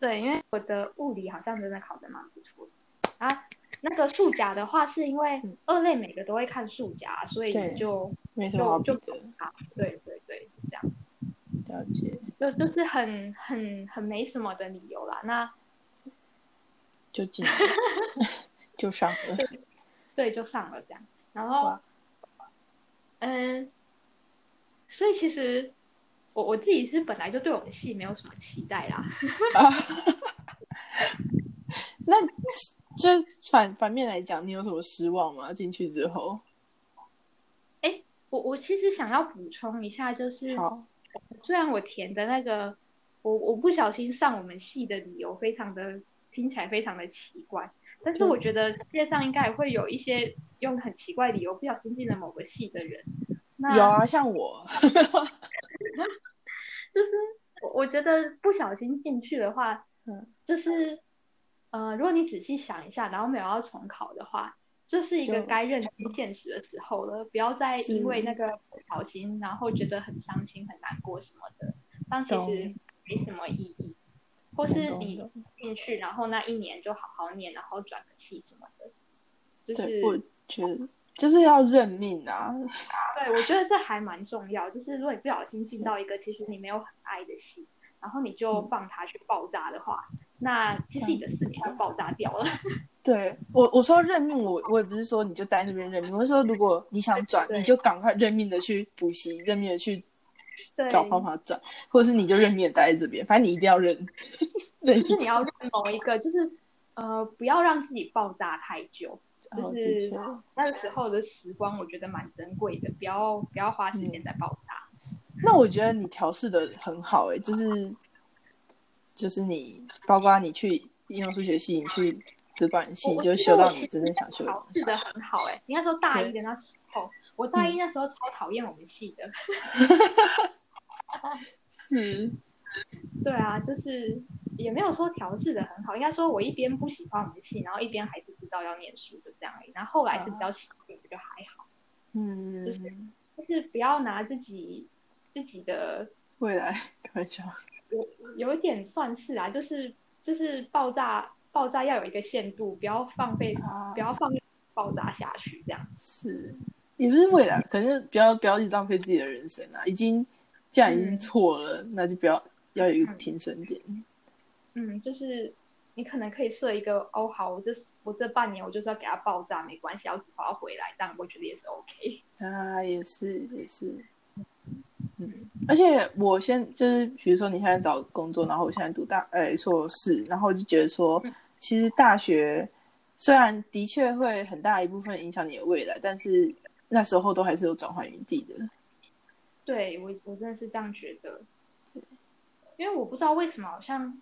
对，因为我的物理好像真的考得蛮不错的啊。那个数甲的话，是因为
嗯
二类每个都会看数甲，所以
对
就
没什么好
就
比
就
的，
啊，对对对，是这样，
了解，
就就是很很很没什么的理由啦。那
就 进来就上了。
对，就上了这样。然后
哇，
嗯，所以其实我我自己是本来就对我们系没有什么期待啦。
啊，那就反反面来讲，你有什么失望吗？进去之后，
我我其实想要补充一下，就是
好，
虽然我填的那个，我我不小心上我们系的理由非常的听起来非常的奇怪，但是
嗯
我觉得世界上应该也会有一些用很奇怪理由不小心进了某个系的人。那
有啊，像我，
就是我我觉得不小心进去的话，
嗯，
就是呃，如果你仔细想一下，然后没有要重考的话，这是一个
就
该认清现实的时候了，不要再
是
因为那个不小心，然后觉得很伤心、很难过什么的，但其实
懂
没什么意义。或是
懂
你
懂
进去，然后那一年就好好念，然后转个系什么的，就是
对，我觉得就是要认命啊，
对，我觉得这还蛮重要。就是如果你不小心进到一个其实你没有很爱的戏，然后你
嗯
就放它去爆炸的话，那其实你的四年就爆炸掉了。
对我，我说认命，我我也不是说你就待那边认命，我是说如果你想转，
对
你就赶快认命的去补习，认命的去
对，
找方法转，或者是你就认命的待在这边，反正你一定要认。对，
就是你要认某一个，就是呃，不要让自己爆炸太久。
然后
就
哦的
是
确
那个时候的时光，我觉得蛮珍贵的，不要不要花时
嗯
间在爆炸。
那我觉得你调试的很好诶、就是就是你，包括你去应用数学系，你去资管系，
我
就
觉
修
得
到
我
你
其
真
实
正想修的
考
东
试
西。嗯
的很好哎、应该说大一的那时候，我大一那时候超讨厌我们系的。
是，
对啊，就是也没有说调试的很好，应该说我一边不喜欢我们系，然后一边还是知道要念书的这样而已。然后后来是比较喜欢，就还好，就是
嗯，
就是不要拿自己自己的
未来 开玩笑，
有一点算是啊，就是就是爆炸爆炸要有一个限度，不要放被
啊
不要放爆炸下去这样。
是，也不是未来，可是不要不要一直浪费自己的人生啊！已经既然已经
嗯
错了，那就不要要有一个
嗯
停损点。
嗯，就是你可能可以设一个哦，好，我这我这半年我就是要给它爆炸，没关系，我只要回来，这样我觉得也是 OK。
啊，也是也是，嗯，而且我现就是比如说你现在找工作，然后我现在读大呃硕士，然后我就觉得说，其实大学虽然的确会很大一部分影响你的未来，但是那时候都还是有转换余地的。
对我，我真的是这样觉得。因为我不知道为什么，好像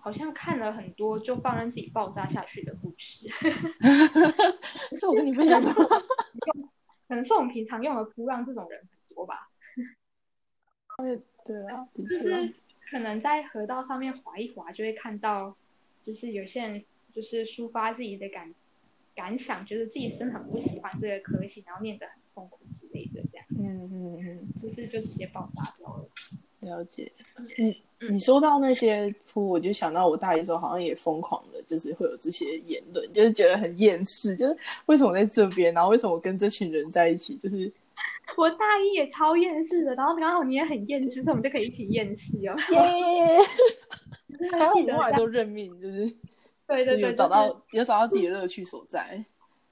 好像看了很多就放任自己爆炸下去的故事，
可是我跟你分享的
可能是我们平常用的扑浪这种人很多吧，
对啊，的
就
确啊
是可能在河道上面划一划，就会看到，就是有些人就是抒发自己的感感想，觉得自己真的很不喜欢这个科系，然后念得很痛苦之类的，这样
嗯嗯嗯，
就是就直接爆炸掉了。
了解。你
嗯
你说到那些铺，我就想到我大一的时候好像也疯狂的，就是会有这些言论， 就是觉得很厌世，就是为什么我在这边，然后为什么我跟这群人在一起，就是
我大一也超厌世的，然后刚好你也很厌世，所以我们就可以一起厌世哦。
耶！
真
还
的
好
记
我
得
后来
在
都认命，就是
对
就
对
是有
对，
找
就是
到有找到自己的乐趣所在。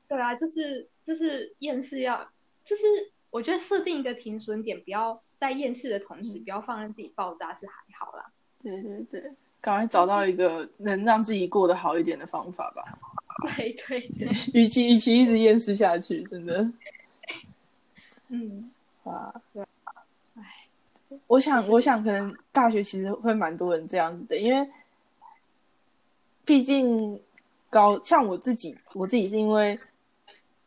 对啊，就是就是厌世要，就是我觉得设定一个停损点，不要在厌世的同时，
嗯
不要放任自己爆炸是还好啦。
对对对，赶快找到一个能让自己过得好一点的方法吧。
对对对，
与其与其一直厌世下去，真的
嗯，
啊
对，
唉我想，我想可能大学其实会蛮多人这样子的，因为毕竟高像我自己，我自己是因为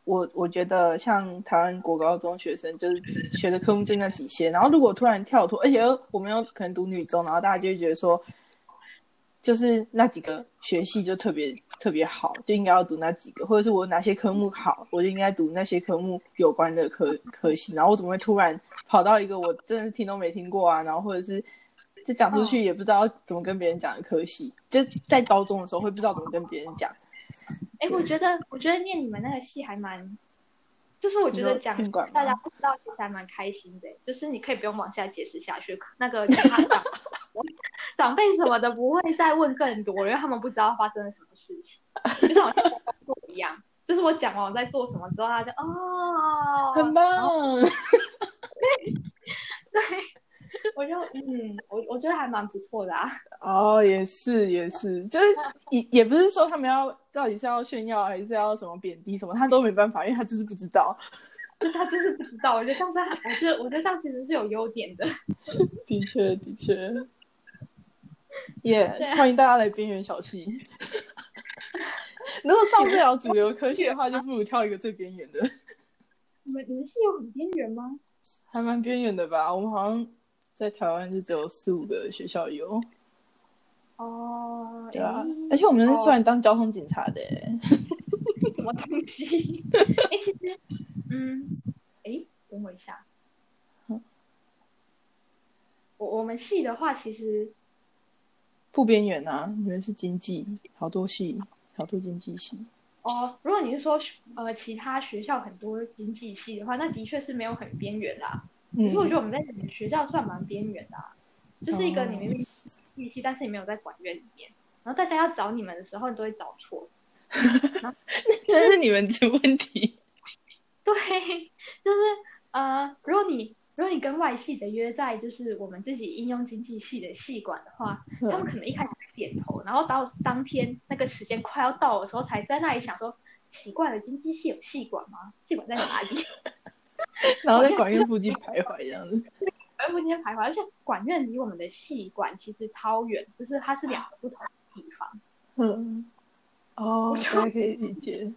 我我觉得像台湾国高中学生就是学的科目就那几些，然后如果突然跳脱，而且又我们又可能读女中，然后大家就会觉得说，就是那几个学系就特别特别好，就应该要读那几个，或者是我哪些科目好，我就应该读那些科目有关的科科系。然后我怎么会突然跑到一个我真的是听都没听过啊？然后或者是就讲出去也不知道怎么跟别人讲的科系，就在高中的时候会不知道怎么跟别人讲。
哎，我觉得我觉得念你们那个戏还蛮，就是我觉
你
得
说
讲
运管吗
大家不知道其实还蛮开心的，就是你可以不用往下解释下去，那个其他长长辈 什么的不会再问更多了，因为他们不知道发生了什么事情，就像我现在工作一样。就是我讲完我在做什么之后，他就哦，
很棒，
对，我就嗯，我我觉得还蛮不错的啊。
哦，也是也是， 就是也也不是说他们要到底是要炫耀还是要什么贬低什么，他都没办法，因为他就是不知道，
就他就是不知道，我觉得这样子还，我觉得我觉得这样其实是有优点的。
的确的确，耶、
对啊
欢迎大家来边缘小 溪。如果上不了主流科系的 话，就不如挑一个最边缘的，
你们你们是有很边缘吗？
还蛮边缘的吧？我们好像在台湾就只有四五个学校有，
哦，
对啊
诶，
而且我们是
哦
出来当交通警察的、欸。
什么东西？哎、其实，嗯，哎、等我一下。
嗯
我我们系的话，其实
不边缘啊，你们是经济，好多系，好多经济系。
哦，如果你是说呃其他学校很多经济系的话，那的确是没有很边缘啦。
嗯
可是我觉得我们在你们学校算蛮边缘的、啊，就是一个你明明是预期，但是你没有在管院里面，然后大家要找你们的时候，你都会找错。
这是你们的问 题。
对，就是呃，如果你如果你跟外系的约在就是我们自己应用经济系的系馆的话，
嗯
他们可能一开始会点头，然后到当天那个时间快要到的时候，才在那里想说，奇怪了，经济系有系馆吗？系馆在哪里？
然后在管院附近徘徊这样子。
而不间徘徊，而且管院离我们的系馆其实超远，就是它是两个不同的地方。
嗯， 哦，大家可以理 解。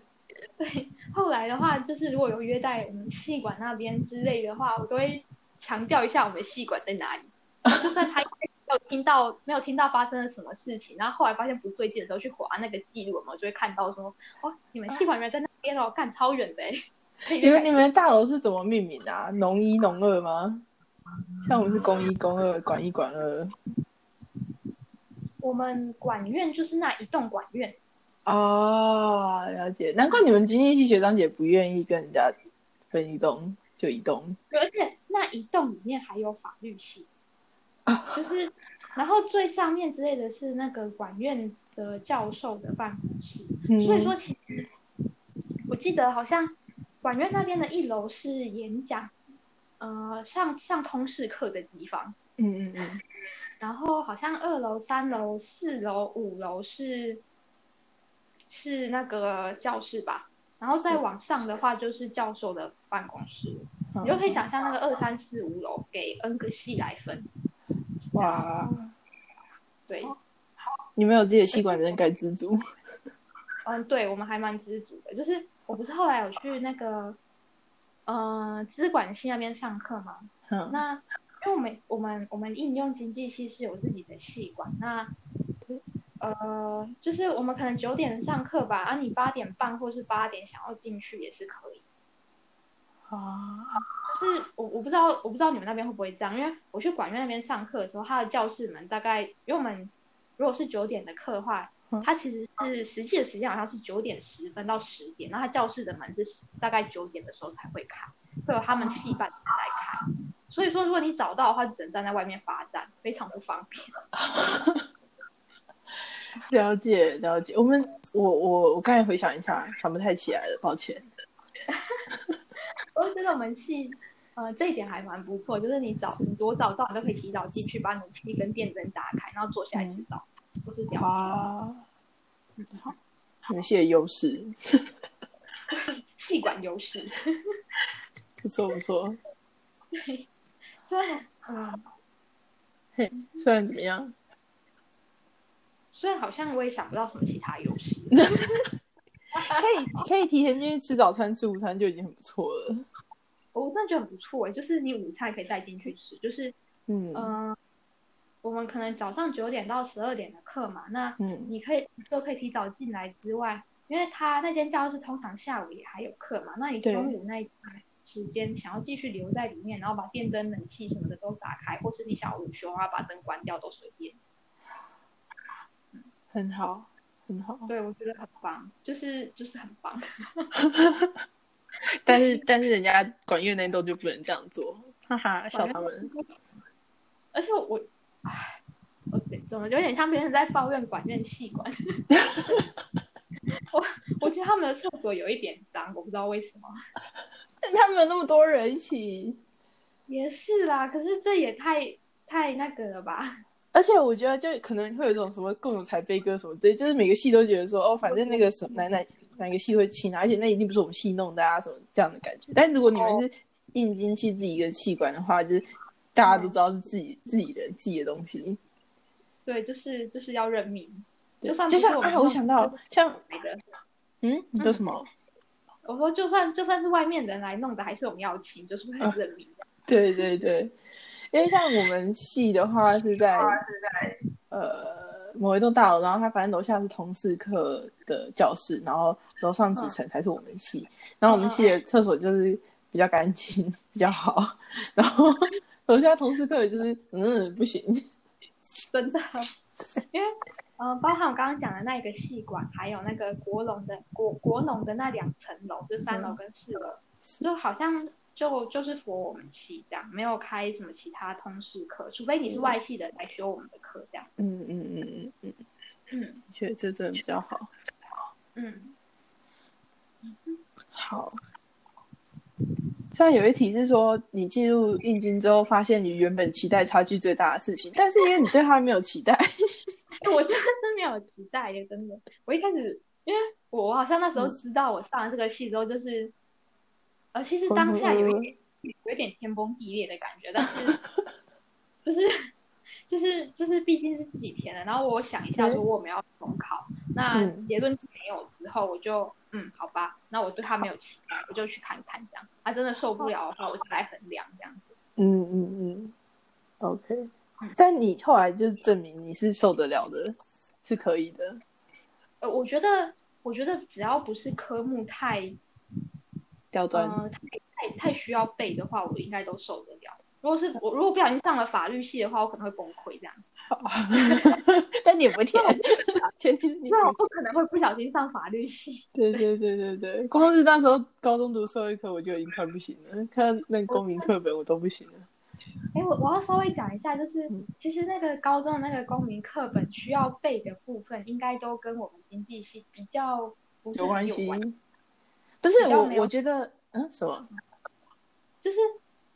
对，后来的话，就是如果有约在我们戏馆那边之类的话，我都会强调一下我们戏馆在哪里。就算他一开始没有听到，没有听到发生了什么事情，然后后来发现不对劲的时候，去划那个记录，我们就会看到说，哦，你们戏馆原来在那边哦，干超远的欸。可以去
你们
改
你们大楼是怎么命名的啊？农一、农二吗？像我们是工一、工二、管一、管二。
我们管院就是那一栋管院，
哦，了解。难怪你们经济系学长姐不愿意跟人家分一栋就一栋。
而且那一栋里面还有法律系，就是，然后最上面之类的是那个管院的教授的办公室。
嗯
所以说，其实我记得好像管院那边的一楼是演讲，呃，上上通识课的地方，
嗯，嗯嗯嗯，
然后好像二楼、三楼、四楼、五楼是是那个教室吧，然后再
是
往上的话就是教授的办公室，
好
你就可以想象那个二三四五楼给 N 个系来分，
哇，
对，
你们有自己的系馆，真的该知足。
嗯，对，我们还蛮知足的。就是我不是后来有去那个，呃，资管系那边上课嘛。
嗯
那因为我们我们我们应用经济系是有自己的系管，那呃，就是我们可能九点上课吧，啊，你八点半或是八点想要进去也是可以。
啊，
就是我我不知道我不知道你们那边会不会这样，因为我去管院那边上课的时候，他的教室门大概，因为我们如果是九点的课的话
嗯，
它其实是实际的时间好像是九点十分到十点，然后他教室的门是大概九点的时候才会开，会有他们戏班的所以说，如果你找到的话，就只能站在外面罚站，非常不方便。
了解了解。我们我我我刚才回想一下，想不太起来了，抱歉。
我觉得我们系，呃，这一点还蛮不错，就是你早你多早到，你都可以提早进去，把你的气跟电灯打开，然后坐下来吃早餐，不是这样。
哇，嗯你们系的优势，
气管优势。
不错不错。
对，虽然嗯，
嘿，虽然怎么样，
虽然好像我也想不到什么其他优势。
可以可以提前进去吃早餐、吃午餐就已经很不错了。
我真的觉得很不错哎，就是你午餐可以带进去吃，就是
嗯、
嗯、呃我们可能早上九点到十二点的课嘛，那
嗯，
你可以都可以提早进来之外，因为他那间教室通常下午也还有课嘛，那你
对
中午那一段时间想要继续留在里面，然后把电灯、冷气什么的都打开，或是你想要午休啊，把灯关掉都随便。
很好很好。
对，我觉得很棒，就是就是很棒。
但是但是人家管乐那栋就不能这样做，哈哈，笑他们。
而且我，唉，我怎么有点像别人在抱怨管院 系管？我我觉得他们的厕所有一点脏，我不知道为什么。
但 他们有那么多人一起，
也是啦，可是这也太太那个了吧？
而且我觉得就可能会有一种什么共有才悲歌什么之类，就是每个系都觉得说哦，反正那个什么哪哪哪个系会请啊，而且那一定不是我们系弄的啊，什么这样的感觉。但如果你
哦
们是硬经系自己一个气管的话，就是大家都知道是自己自己人自己的东西。
对，就是就是要认命，
对
就算
就
不是
像
我们
啊，
弄
我想到像
来的。
嗯，你说什么？
我说就算就算是外面人来弄的，还是我们要请，就是
嗯
会很认命。
对对对，因为像我们系的话是在
是在
呃某一栋大楼，然后它反正楼下是同事课的教室，然后楼上几层才是我们系，然后我们系的厕所就是比较干净比较好，然后楼下同事课就是嗯不行，
真的，因为嗯、呃包含我刚刚讲的那一个系馆，还有那个国农的国国农的那两层楼，就三楼跟四楼，
是
就好像就就是佛我们系这样，没有开什么其他通识课，除非你是外系的来修我们的课这样。
嗯嗯嗯嗯嗯，
嗯
觉得这真的比较好，
嗯，
好。像有一题是说，你进入应经之后，发现你原本期待差距最大的事情，但是因为你对它没有期待，
哎、 我真的是没有期待耶，真的。我一开始，因为我好像那
嗯
时候知道我上了这个戏之后，就是，呃，其实当下有一点有一点天崩地裂的感觉，但是就是就是就是毕竟是自己填的，然后我想一下，
对
如果我们要重考，那
嗯
结论是没有之后，我就嗯，好吧，那我对他没有期待，我就去看看这样。他、真的受不了的话，我再来衡量这样。
嗯嗯嗯，OK。但你后来就是证明你是受得了的，是可以的。
呃，我觉得我觉得只要不是科目太
刁钻，
嗯，太太太需要背的话，我应该都受得了。如果是我如果不小心上了法律系的话，我可能会崩溃这样。
但你也不会填，前提是你
那我不可能会不小心上法律系。
对对对对对，光是那时候高中读社会课，我就已经快不行了，看那个公民课本我都不行了。
哎，我我要稍微讲一下，就是
嗯
其实那个高中的那个公民课本需要背的部分，应该都跟我们经济系比较不是
有
很
关
有
系
关，
不是
比较没
我，
有
我觉得嗯什么
就是。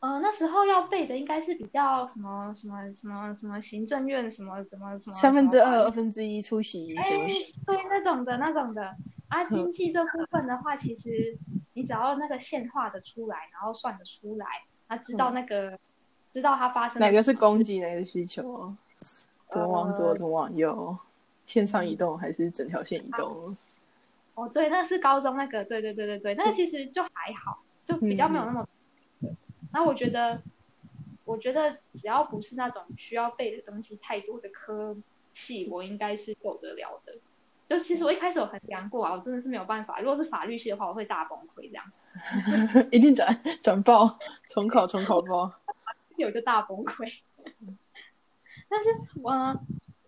呃，那时候要背的应该是比较什么什么什么什么行政院什么什么什么
三分之
什么法
二、二分之一出席
哎
什么，，
对，那种的那种的。
嗯
啊，经济这部分的话，其实你只要那个线画的出来，然后算的出来，啊，知道那个、知道它发
嗯
生
哪个
的
是供给，哪个是需 求，怎么往左，
呃
怎么往右，线上移动还是整条线移动？
哦，对，那是高中那个，对对对对对，那
嗯
个其实就还好，就比较没有那么。那我觉得，我觉得只要不是那种需要背的东西太多的科系，我应该是受得了的。就其实我一开始有衡量过啊，我真的是没有办法。如果是法律系的话，我会大崩溃这样。
一定转转爆，重考重考爆。
有一个大崩溃。 但是我、呃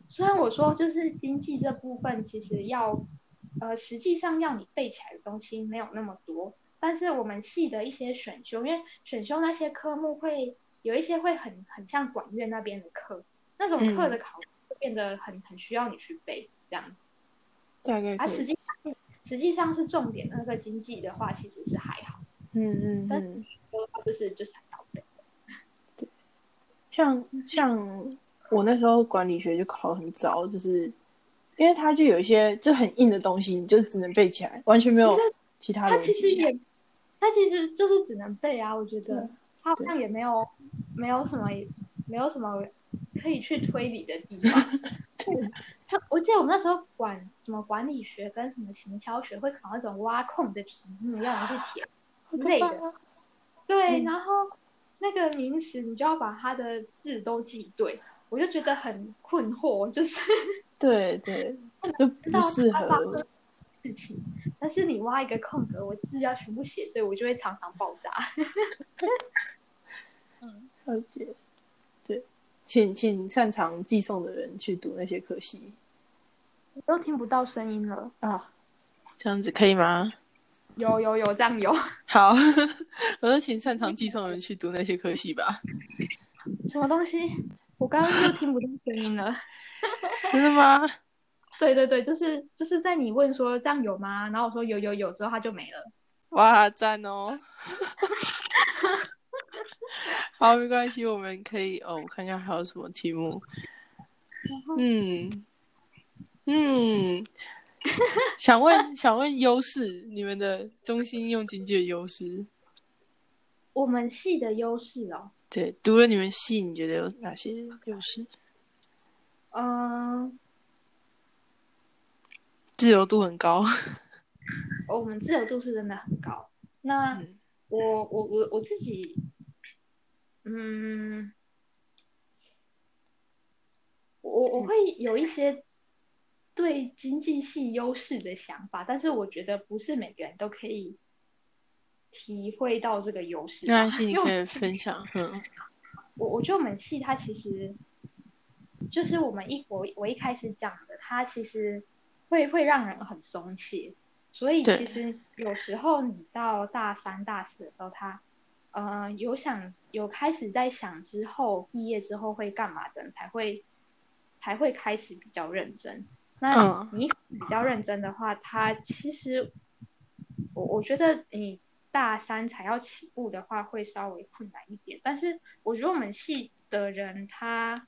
虽然我说就是经济这部分，其实要呃实际上要你背起来的东西没有那么多，但是我们系的一些选修，因为选修那些科目会有一些会很很像管院那边的课，那种课的考会变得很很需要你去背这样。
大概
而
可
实
以，
际上实际上是重点的那个经济的话，其实是还好，
嗯嗯
但
嗯，
说它就是就是很早背。
像像我那时候管理学就考很早，就是因为它就有一些就很硬的东西，你就只能背起来，完全没有其他
它
逻
其实
辑。
也，它其实就是只能背啊，我觉得
嗯对
它好像也没有没有什么没有什么可以去推理的地 方。他我记得我们那时候管什么管理学跟什么行销学会考那种挖空的题目，让你去填之类的。对，
嗯
然后那个名词你就要把它的字都记对，我就觉得很困惑，就是
对对，就不适合。
事情。但是你挖一个空格，我字要全部写对，我就会常常爆炸。
嗯，
了解，对，请请擅长寄送的人去读那些科系
都听不到声音了。
啊，这样子可以吗？
有有有，这样有。
好， 我说请擅长寄送的人去读那些科系吧。
什么东西？我刚刚就听不到声音了。
真的吗？
对对对，就是就是在你问说这样有吗？然后我说有有有之后，它就没了。
哇，赞哦！ 好，没关系，我们可以哦，我看看还有什么题目。嗯嗯，想问想问优势，你们的中心用经济的优势，
我们系的优势哦，
对，读了你们系，你觉得有哪些优势？
嗯、
自由度很高，
哦我们自由度是真的很高。那
嗯
我我我我自己，嗯，我我会有一些对经济系优势的想法，但是我觉得不是每个人都可以体会到这个优势
没
吧。
关系，你可以分享。 嗯
我我觉得我们系它其实就是我们一我我一开始讲的，它其实会会让人很松懈，所以
对
其实有时候你到大三大四的时候，他呃有想有开始在想之后毕业之后会干嘛的，才会才会开始比较认真。那
嗯
你比较认真的话，它其实我我觉得你大三才要起步的话，会稍微困难一点。但是我觉得我们系的人他。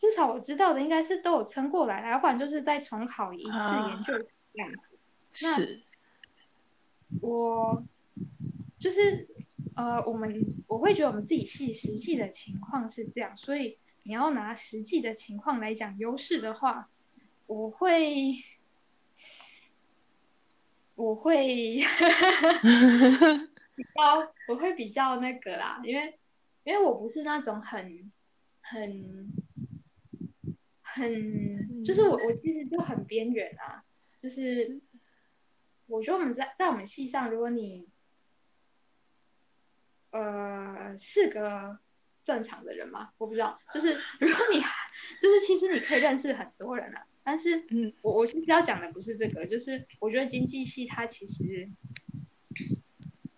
至少我知道的应该是都有撑过来啦，要不然就是再重考一次
啊
研究这样子。
是，
我就是呃，我们我会觉得我们自己系实际的情况是这样，所以你要拿实际的情况来讲优势的话，我会我会比较我会比较那个啦，因为因为我不是那种很很很，就是我我其实就很边缘啊，就是
是
我觉得我们在在我们系上，如果你呃是个正常的人嘛，我不知道，就是如果你就是其实你可以认识很多人啊，但是
嗯
我我其实要讲的不是这个，就是我觉得经济系它其实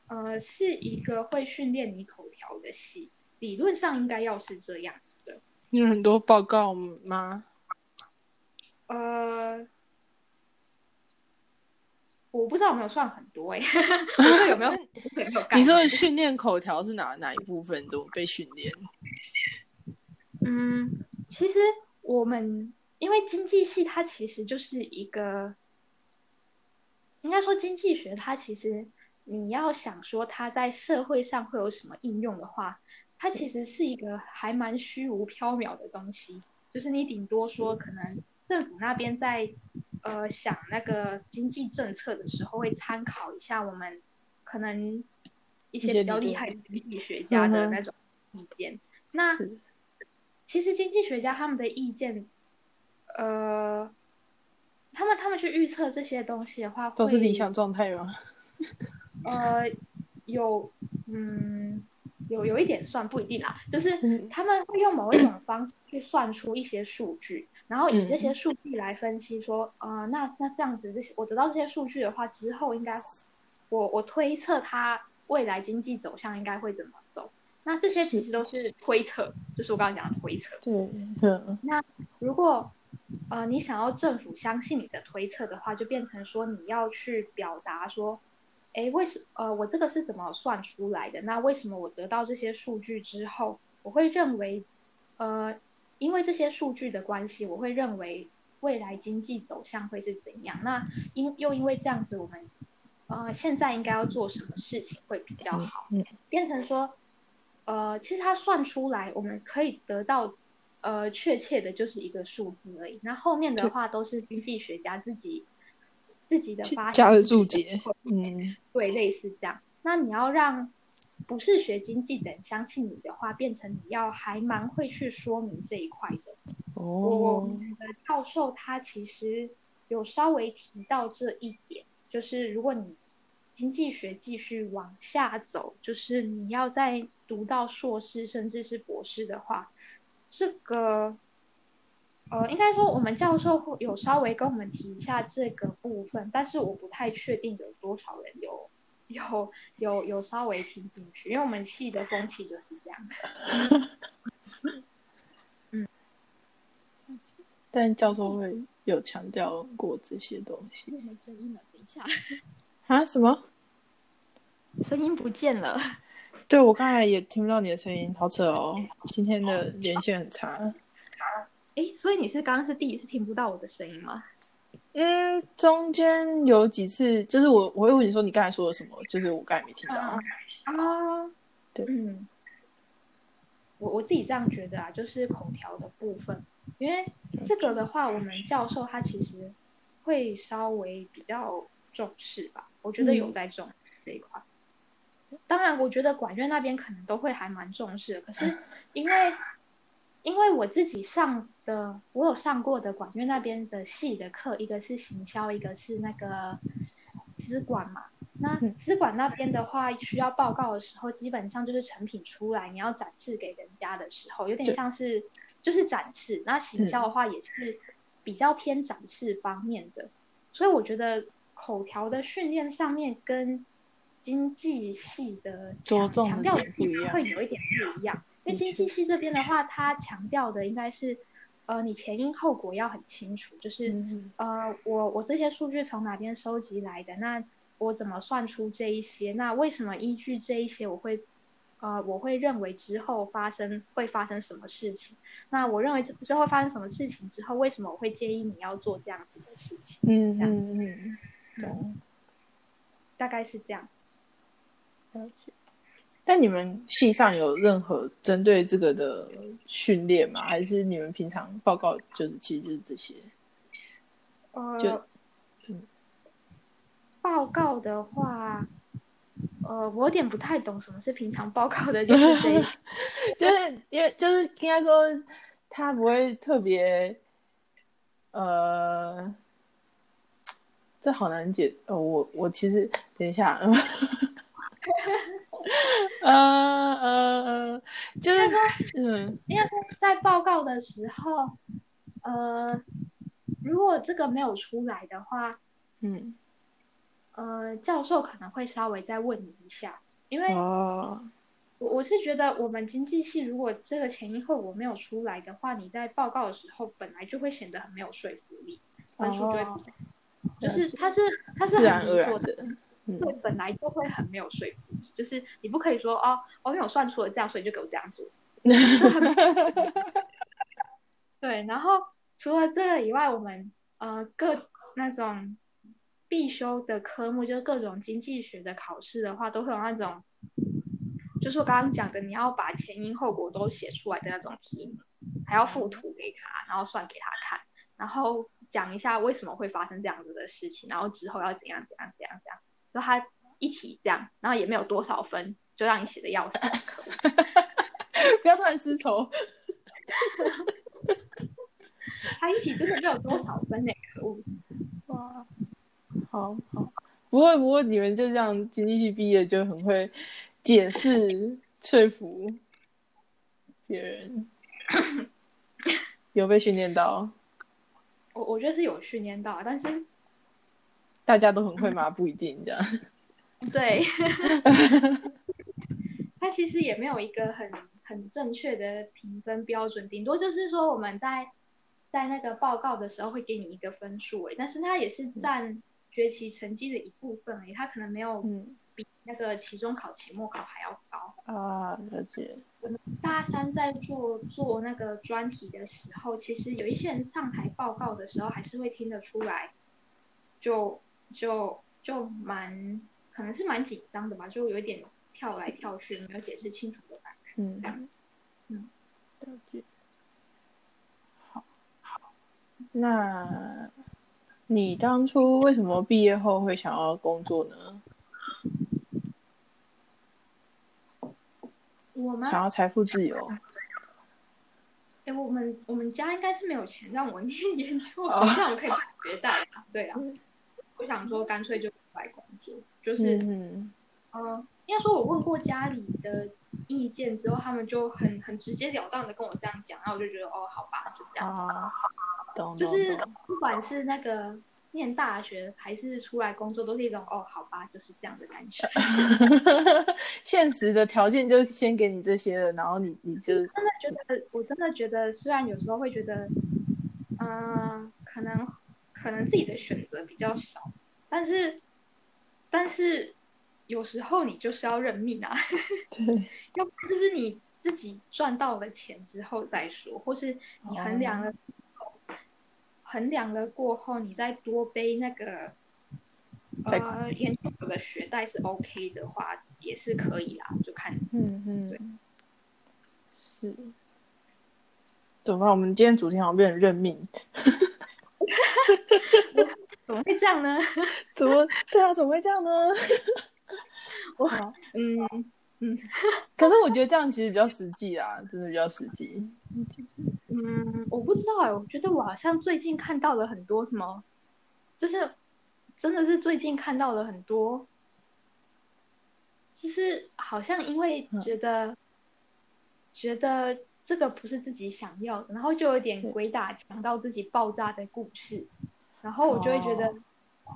呃是一个会训练你口条的系，理论上应该要是这样子的，
你有很多报告吗？
呃，我不知道有没有算很多哎、 我不知道有没 有有没有概念？
你说的训练口条是哪哪一部分？怎么被训练？
嗯，其实我们因为经济系它其实就是一个，应该说经济学它其实你要想说它在社会上会有什么应用的话，它其实是一个还蛮虚无缥缈的东西，就是你顶多说可能政府那边在呃想那个经济政策的时候会参考一下我们可能一些
一些
比较
理
厉
论
害的经济学家的
嗯哼
那种意 见，那。
是，
其实经济学家他们的意见，呃，他们他们去预测这些东西的话，
都是
会
理想状态吗？
呃，有嗯，有有一点算不一定啦，就是
嗯
他们会用某一种方式去算出一些数据，然后
嗯
以这些数据来分析说，呃，那那这样子，这些我得到这些数据的话之后，应该我我推测它未来经济走向应该会怎么走。那这些其实都是推测，就是我刚刚讲的推测。
对， 嗯，
如果呃你想要政府相信你的推测的话，就变成说你要去表达说，诶，为什呃我这个是怎么算出来的？那为什么我得到这些数据之后，我会认为，呃，因为这些数据的关系，我会认为未来经济走向会是怎样？那因又因为这样子，我们呃现在应该要做什么事情会比较好？
嗯
变成说，呃，其实它算出来，我们可以得到呃确切的就是一个数字而已。那后面的
对
话都是经济学家自己自己的
去
发现
加了
自己
注
的
解， 嗯，
对，类似这样。那你要让不是学经济的人相信你的话，变成你要还蛮会去说明这一块的。我
哦，
们的教授他其实有稍微提到这一点，就是如果你经济学继续往下走，就是你要再读到硕士甚至是博士的话，这个呃，应该说我们教授会有稍微跟我们提一下这个部分，但是我不太确定有多少人有。有有有稍微听进去，因为我们系的风气就是这样。
但教授会有强调过这些东西
因为我们声音了，等一下，
啊？什么？
声音不见了，
对我刚才也听不到你的声音，好扯哦！今天的连线很差，
诶，所以你是刚刚是第一次听不到我的声音吗？
嗯，中间有几次就是我我会问你说你刚才说了什么，就是我刚才没听到，
啊，
对
嗯，我我自己这样觉得啊，就是口条的部分，因为这个的话，我们教授他其实会稍微比较重视吧，我觉得有
嗯
在重视这一块。当然，我觉得管院那边可能都会还蛮重视的，可是因为因为我自己上的，我有上过的管院那边的系的课，一个是行销，一个是那个资管嘛。那
嗯
资管那边的话，需要报告的时候，基本上就是成品出来，你要展示给人家的时候，有点
对
像是就是展示。那行销
嗯
的话，也是比较偏展示方面的，所以我觉得口条的训练上面跟经济系的
着
强
重的
强调的
点不一
地方
样
会有一点不一样。因为
的确
经济系这边的话，它强调的应该是，呃，你前因后果要很清楚，就是、
嗯
呃，我我这些数据从哪边收集来的？那我怎么算出这一些？那为什么依据这一些，我会呃，我会认为之后发生会发生什么事情？那我认为之之后发生什么事情之后，为什么我会建议你要做这样子的事情？
嗯嗯嗯，懂。
大概是这样。
了解。嗯但你们系上有任何针对这个的训练吗？还是你们平常报告就是其实就是这些？就
呃
嗯，
报告的话，呃，我有点不太懂什么是平常报告的，就是 这
就
一些
是因为就是应该说他不会特别，呃，这好难解。呃，我我其实等一下， 嗯呃呃呃，就是嗯
应该说在报告的时候，呃，如果这个没有出来的话，
嗯
呃，教授可能会稍微再问你一下，因为
哦，
我我是觉得我们经济系如果这个前因后果没有出来的话，你在报告的时候本来就会显得很没有说服力，分数就会
哦
就是它是它是
自然
很
而
难
然
做
的，嗯
对，本来就会很没有说服力，就是你不可以说哦，我、哦、因为我算出了这样，所以就给我这样做。对，然后除了这个以外，我们呃各那种必修的科目，就是各种经济学的考试的话，都会有那种，就是我刚刚讲的，你要把前因后果都写出来的那种题目，还要附图给他，然后算给他看，然后讲一下为什么会发生这样子的事情，然后之后要怎样怎样怎样怎样。然后他一题这样，然后也没有多少分，就让你写的要死，可恶。
不要突然失仇。
他一题真的没有多少分呢、 可恶。
哇，好好，不过不过你们就这样经济系毕业就很会解释说服别 人，有被训练到，
我我觉得是有训练到，但是
大家都很会吗？不一定这样。
对， 它其实也没有一个很很正确的评分标准，顶多就是说我们在在那个报告的时候会给你一个分数诶，但是它也是占学习成绩的一部分诶，它可能没有
嗯
比那个期中考、期末考还要高。
啊，了解，
大三在做做那个专题的时候，其实有一些人上台报告的时候，还是会听得出来，就就就蛮可能是蛮紧张的吧，就有一点跳来跳去，没有解释清楚的感觉。
嗯
嗯
了解。好，那你当初为什么毕业后会想要工作呢？
我们
想要财富自由？
哎，我们我们家应该是没有钱让我念研究生，
哦
但我可以办学贷啊，对啊
嗯。
我想说，干脆就来工作，就是
嗯
嗯，应该说我问过家里的意见之后，他们就很很直截了当的跟我这样讲，然后我就觉得哦，好吧，就这样。
啊，懂
就
懂
是
懂，
不管是那个念大学还是出来工作，都是一种哦，好吧，就是这样的感觉。
现实的条件就先给你这些了，然后你你就
真的觉得，我真的觉得，虽然有时候会觉得，嗯、可能可能自己的选择比较少，但是但是有时候你就是要认命啊。
对，
要不就是你自己赚到了钱之后再说，或是你衡量了、衡量了过后，你再多背那个
贷
呃研究所的学贷是 OK 的话，也是可以啦，就看你
嗯嗯，是。怎么办？我们今天主题好像变成认命，
怎么会这样呢？
怎么对啊？怎么会这样呢？
嗯，
可是我觉得这样其实比较实际啊，真的比较实际。
嗯，我不知道哎、我觉得我好像最近看到了很多什么，就是真的是最近看到了很多，就是好像因为
嗯
觉得、觉得这个不是自己想要的，然后就有点
对
鬼打墙到自己爆炸的故事，然后我就会觉得、
哦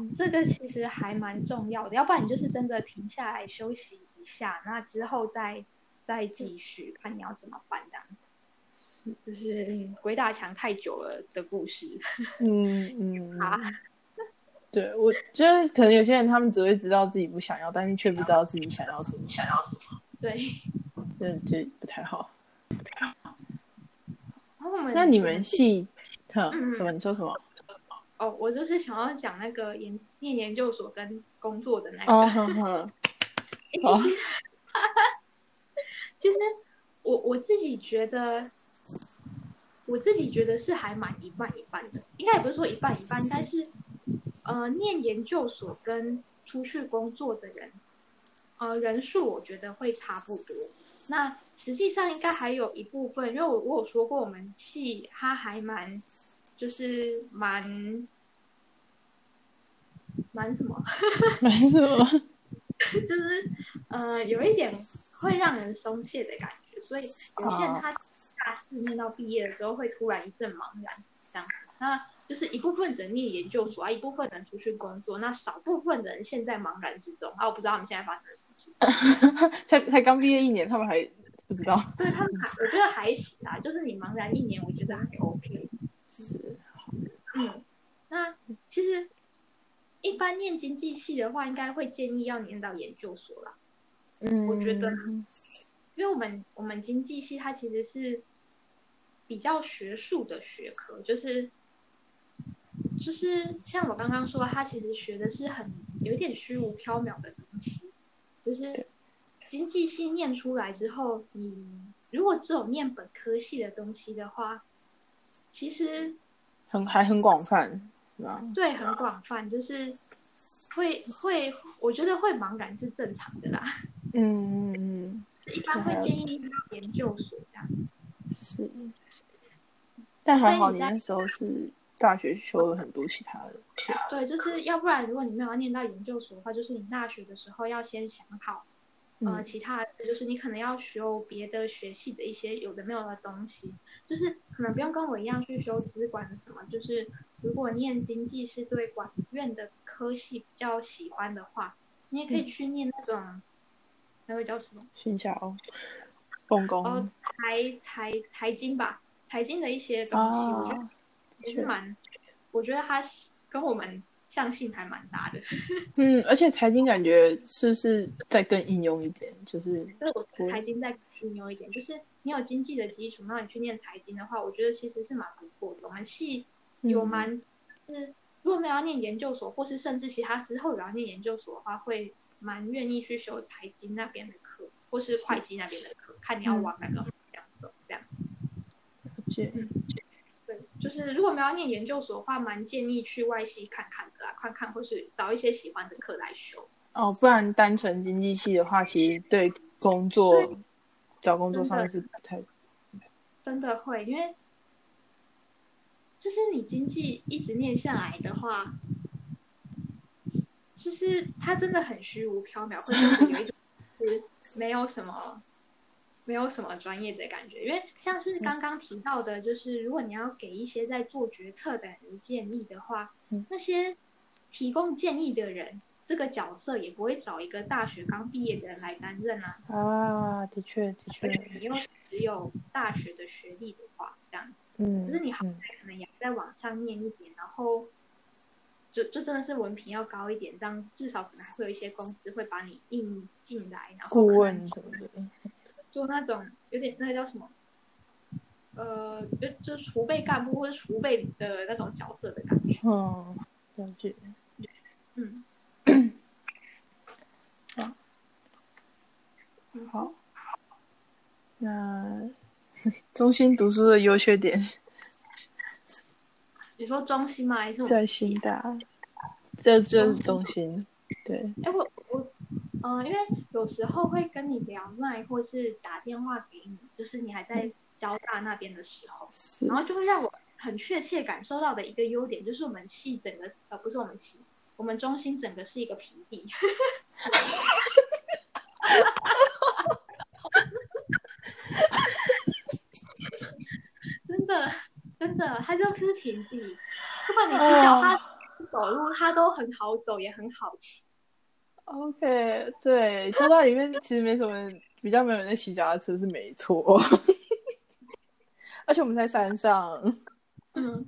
嗯这个其实还蛮重要的，要不然你就是真的停下来休息一下，那之后再再继续看你要怎么办这样。就是嗯鬼打墙太久了的故事
嗯
啊
嗯，，对，我觉得可能有些人他们只会知道自己不想要，但是却不知道自己想要什么，想要什么，
对。
这这不太好。
然后我们
那你们系，哼，
嗯
什么？你说什么？
哦，我就是想要讲那个研念研究所跟工作的那个。
哦，哼哼，
诶
好
其实， 其实我我自己觉得，我自己觉得是还蛮一半一半的，应该也不是说一半一半，但是呃，念研究所跟出去工作的人，呃，人数我觉得会差不多。那实际上应该还有一部分，因为我我有说过，我们系它还蛮就是蛮蛮什么。
没事吗？
就是呃，有一点会让人松懈的感觉，所以有些人他大四念到毕业的时候会突然一阵茫然这样子。那就是一部分人念研究所啊，一部分人出去工作，那少部分人现在茫然之中啊，我不知道他们现在发生了什么事情。
才才刚毕业一年，他们还不知道。
对他们还，我觉得还行啊，就是你茫然一年，我觉得还 OK。
是，
嗯，那其实一般念经济系的话，应该会建议要念到研究所啦。
嗯
我觉得因为我们我们经济系它其实是比较学术的学科，就是就是像我刚刚说，它其实学的是很有点虚无缥缈的东西，就是经济系念出来之后，你如果只有念本科系的东西的话，其实
很还很广泛，是吧？
对很广泛，就是会会我觉得会茫然是正常的啦，
嗯嗯嗯，
一般会建议到研究所这样。
是。但还好
所以
你
你在
那时候是大学修了很多其他的。
对，就是要不然，如果你没有要念到研究所的话，就是你大学的时候要先想好，呃，
嗯
其他的就是你可能要修别的学系的一些有的没有的东西，就是可能不用跟我一样去修资管什么，就是如果念经济是对管嗯院的科系比较喜欢的话，你也可以去念那种那个叫什么？
训下哦，公公
哦，财财财经吧，财经的一些东西，我觉得
啊
也哦是蛮，我觉得它是跟我们相性还蛮搭的。
嗯，而且财经感觉是不是再更应用一点？就是
就是我觉
对
得财经再应用一点，就是你有经济的基础，那你去念财经的话，我觉得其实是蛮不错的。我们系有
嗯
蛮，就是如果没有要念研究所，或是甚至其他之后有要念研究所的话，会蛮愿意去修财经那边的课，或是会计那边的课，
嗯
看你要往哪个方向走，这样。
解
对，就是如果没有要念研究所的话，蛮建议去外系看看的啊啦，看看或是找一些喜欢的课来修。
哦，不然单纯经济系的话，其实对工作
对
找工作
真的
上面是不太
真的会，因为就是你经济一直念下来的话，就是它真的很虚无缥缈，会让你有一种就是没有什么没有什么专业的感觉。因为像是刚刚提到的，就是如果你要给一些在做决策的人建议的话
嗯，
那些提供建议的人这个角色也不会找一个大学刚毕业的人来担任啊。
啊，的确的确
而，且你又是只有大学的学历的话，这样
嗯，
可是你好
嗯
可能也在往上念一点，然后就就真的是文凭要高一点，这样至少可能会有一些公司会把你印进来，然后
顾
可能
问什么的，
做那种有点那个叫什么，呃，就就储备干部或者储备的那种角色的感觉，
嗯，了解。
嗯。
好，那中心读书的优缺点
你说中心吗？还是我
在新大，这就是中心，对，
哎，我我，嗯、因为有时候会跟你聊麦，或是打电话给你，就是你还
嗯
在交大那边的时候，
是
然后就会让我很确切感受到的一个优点，就是我们系整个，呃，不是我们系，我们中心整个是一个平地， 真的真的，它就是平地，不管你是脚踏走路，它都很好走，也很好骑。嗯
OK，对，交大里面其实没什么人，比较没有人在洗脚踏车是没错， 而且我们在山上，
嗯，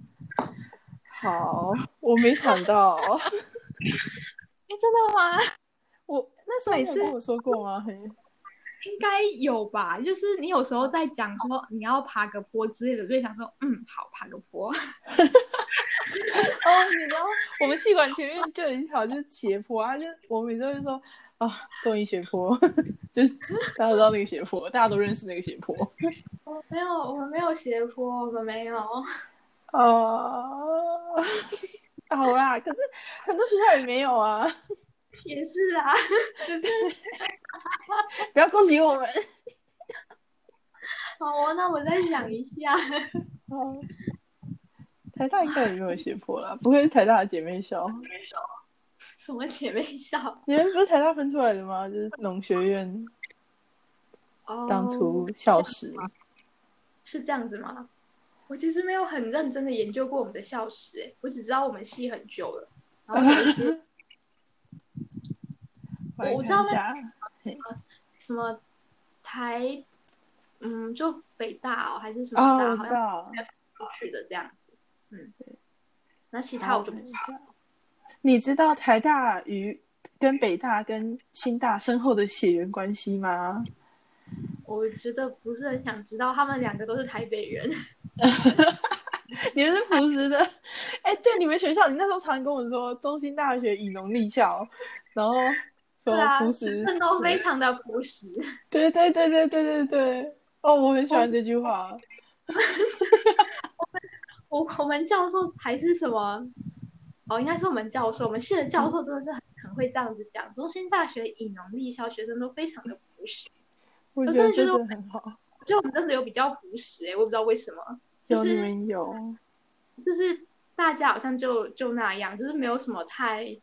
好，我没想到，
哎，真的吗？
我哦那时候你有
每次
跟我说过吗？ 很
应该有吧。就是你有时候在讲说你要爬个坡之类的，就会想说，嗯，好，爬个坡。
哦，你知道我们戏馆前面就有一条就是斜坡啊，就是我每次都会说啊，终于斜坡， 就是大家都知道那个斜坡，大家都认识那个斜坡。
我没有，我们没有斜坡，我们没有。
哦， 好啦，可是很多学校也没有啊，
也是啊，就是
不要攻击我们。
好哦，那我再想一下。
哦，台大应该也没有斜坡啦，不会是台大的姐妹校？
什么姐妹校？
你们不是台大分出来的吗？就是农学院
哦
当初校史。
是这样子吗？我其实没有很认真的研究过我们的校史、哎，我只知道我们系很久了，然后有一 些
来
我知道
看一下
什么台，嗯，就北大哦，还是什么
哦，
大，
我
好
知
像
道。
去的这样子。嗯，那其他我就不知道。
你知道台大与跟北大跟新大深厚的血缘关系吗？
我觉得不是很想知道，他们两个都是台北人。
你们是朴实的， 哎、对，你们学校，你那时候常跟我说中兴大学以农立校，然后什
对
么
啊，
朴实
学，生都非常的朴实。
对对对对对对对，哦，我很喜欢这句话，
我我们教授还是什么？哦，应该是我们教授，我们系的教授真的是很很会这样子讲。中心大学以农立校，学生都非常的朴实。
我觉
真
得
的觉
这
得
是很好，
就我们真的有比较朴实诶、我也不知道为什么，就
有你
是
们有，
就是大家好像就就那样，就是没有什么太，应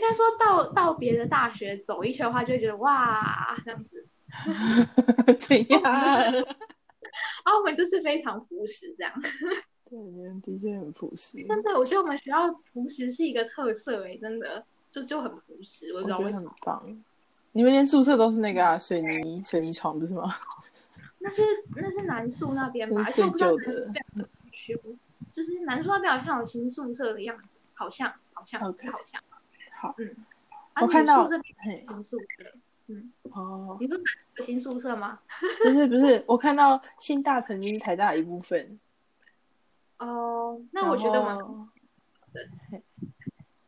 该说到到别的大学走一圈的话，就会觉得哇这样子，
怎样？
啊，我们就是非常朴实这样。
对，你们的确很朴实，
真的，我觉得我们学欸校朴实是一个特色诶、真的就就很朴实，我也
我
不知道
觉
为
得
什
很
么。嗯
棒，你们连宿舍都是那个啊，水泥水泥床不是吗？
那是那是南宿那边吧，
那
而
是
且
最
我不
旧
知道南宿
的。嗯
区，就是南宿那边好像有新宿舍的样子，好像好像
OK
好像。
好，
嗯，
我看到
这边
嘿，
新宿舍，
哦，
你说南宿有新宿舍吗？
不是不是，我看到新大曾经是台大一部分。
哦，那我觉得
然
蛮
后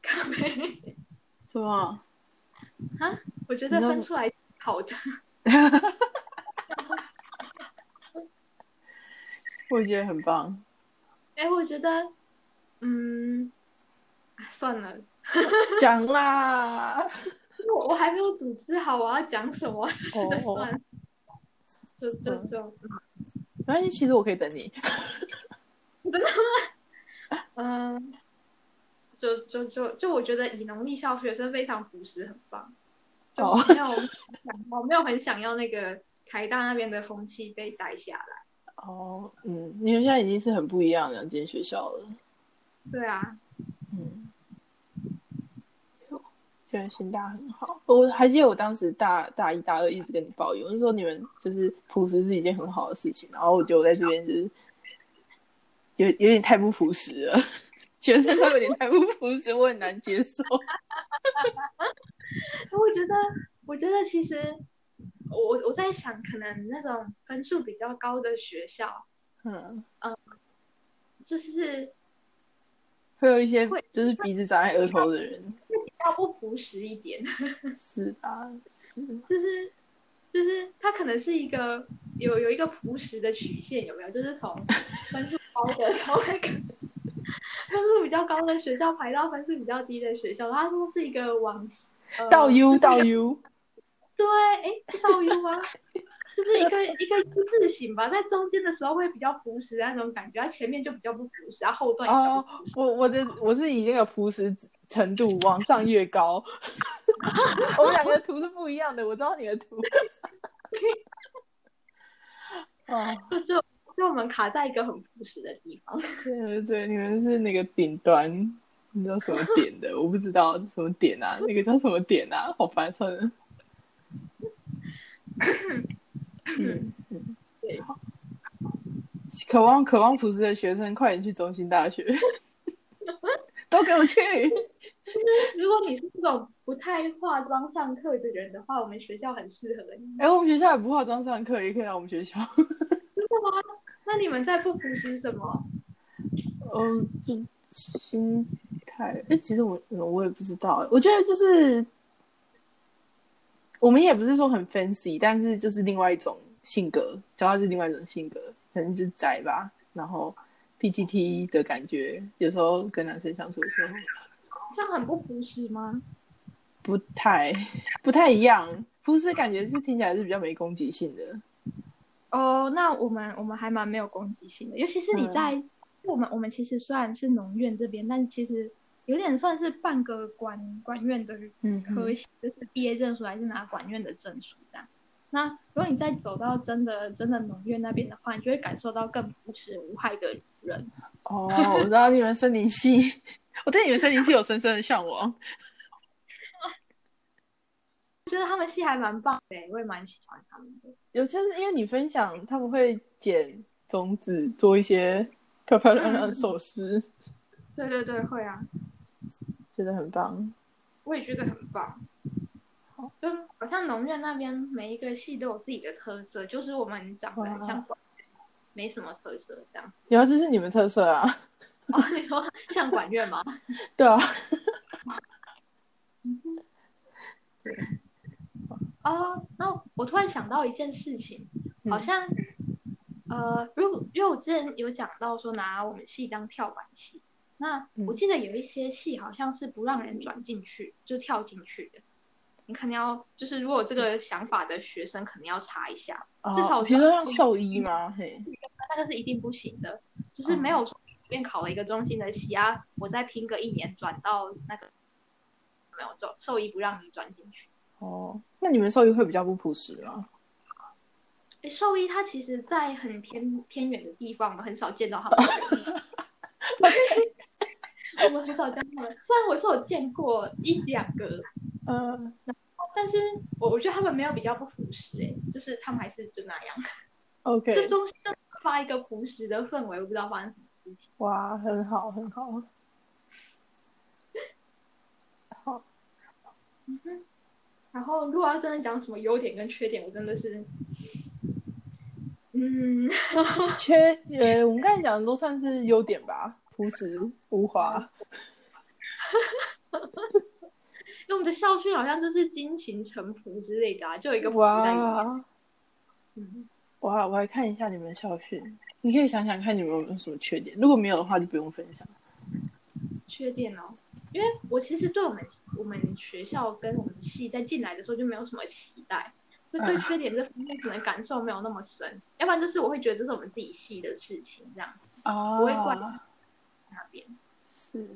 咖啡，
怎么？
我觉得
你说
分出来好的，
我觉得很 棒。
哎，我觉得，嗯，啊算了，
讲啦，
我我还没有组织好我要讲什么，就觉得
哦
算了， 就就
嗯
就，
没关系，其实我可以等你。
嗯，就就就就我觉得以农立校学生非常朴实，很棒。就
哦
没有，我没有很想 要那个台大那边的风气被带下来。
哦，嗯，你们现在已经是很不一样的两间学校了。
对啊，
嗯，觉得新大很好。我还记得我当时大大一、大二一直跟你抱怨，我就说你们就是朴实是一件很好的事情，然后我觉得我在这边就是有有点太不朴实了，学生都有点太不朴实，我很难接受。
我觉得，我觉得其实我我我在想，可能那种分数比较高的学校，
嗯，
就是
会有一些
会
就是鼻子长在额头的人，
比较不朴实一点。
是啊，是
就是就是它可能是一个有有一个朴实的曲线，有没有？就是从分数高的从那个 分数比较高的学校排到分数比较低的学校，它都是一个往呃
倒 U 倒 U，
对，哎，是倒 U 吗？就是一个一个 U 字形吧，在中间的时候会比较朴实的那种感觉，它前面就比较不朴实，它后段也比较
哦
不朴实。，
我我的我是以那个朴实程度往上越高，我们两个图是不一样的，我知道你的图。哦，
就就就我们卡在一个很朴实的地方。
对对对，你们是那个顶端，你知道什么点的？我不知道什么点啊，那个叫什么点啊？好烦，算了。嗯嗯，
对
好。渴望渴望朴实的学生，快点去中心大学， 都给我去！
如果你是这种不太化妆上课的人的话，我们学校很适合你。
哎、我们学校也不化妆上课，也可以来我们学 校。
那你们在不服食什么？
嗯，就心态。哎、其实我嗯我也不知道、我觉得就是我们也不是说很 fancy，但是就是另外一种性格，主要是另外一种性格，可能就是宅吧。然后 PTT 的感觉，有时候跟男生相处的时候
像很不服食吗？
不太不太一样，不是感觉是听起来是比较没攻击性的。
哦，那我们我们还蛮没有攻击性的，尤其是你在、我们我们其实虽然是农院这边，但其实有点算是半个管管院的
嗯
科系，就是毕业证书还是拿管院的证书这样。那如果你再走到真的真的农院那边的话，你就会感受到更朴实无害的人。
哦，我知道你们森林系， 我对你们森林系有深深的向往。
我觉得他们系还蛮棒的，欸我也蛮喜欢他们的。
有就是因为你分享，他们会捡种子做一些漂漂亮
嗯
亮的首饰，
对对对，会啊。
觉得很棒。
我也觉得很棒
好。
就好像农院那边每一个系都有自己的特色，就是我们长得很像管院，没什么特色这样。
然后这是你们特色啊，
哦，你说像管院吗？
对啊，
哦，那我突然想到一件事情，
嗯
好像、呃，如果因为我之前有讲到说拿我们系当跳板系，那
嗯
我记得有一些系好像是不让人转进去，就跳进去的。你可能要就是如果有这个想法的学生，可能要查一下。
哦
至少
比如说像兽医吗？嘿，
那个是一定不行的，就是没有说随便考了一个中心的系啊，我再拼个一年转到那个没有兽兽医不让你转进去。
哦，那你们兽医会比较不朴实吗？
诶兽医它其实，在很偏偏远的地方，我们很少见到他们的 人。我们很少见到他们，虽然我是有见过一两个，
嗯、
但是我我觉得他们没有比较不朴实、欸，哎，就是他们还是就那样。就
，OK，
中就发一个朴实的氛围，我不知道发生什么事情。
哇，很好，很好。好，
然后如果要真的讲什么优点跟缺点，我真的是，嗯，
缺呃，我们刚才讲的都算是优点吧，朴实无华。
因为我们的校训好像就是金勤诚朴之类的啊，就有一个朴在里面。
哇，哦
嗯，
我还我还看一下你们的校训，你可以想想看你们有没有什么缺点，如果没有的话就不用分享。
缺点哦，因为我其实对我们我们学校跟我们系在进来的时候就没有什么期待，就对
嗯
缺点这方面可能感受没有那么深，要不然就是我会觉得这是我们自己系的事情，这样
啊，
不会怪那边。
是。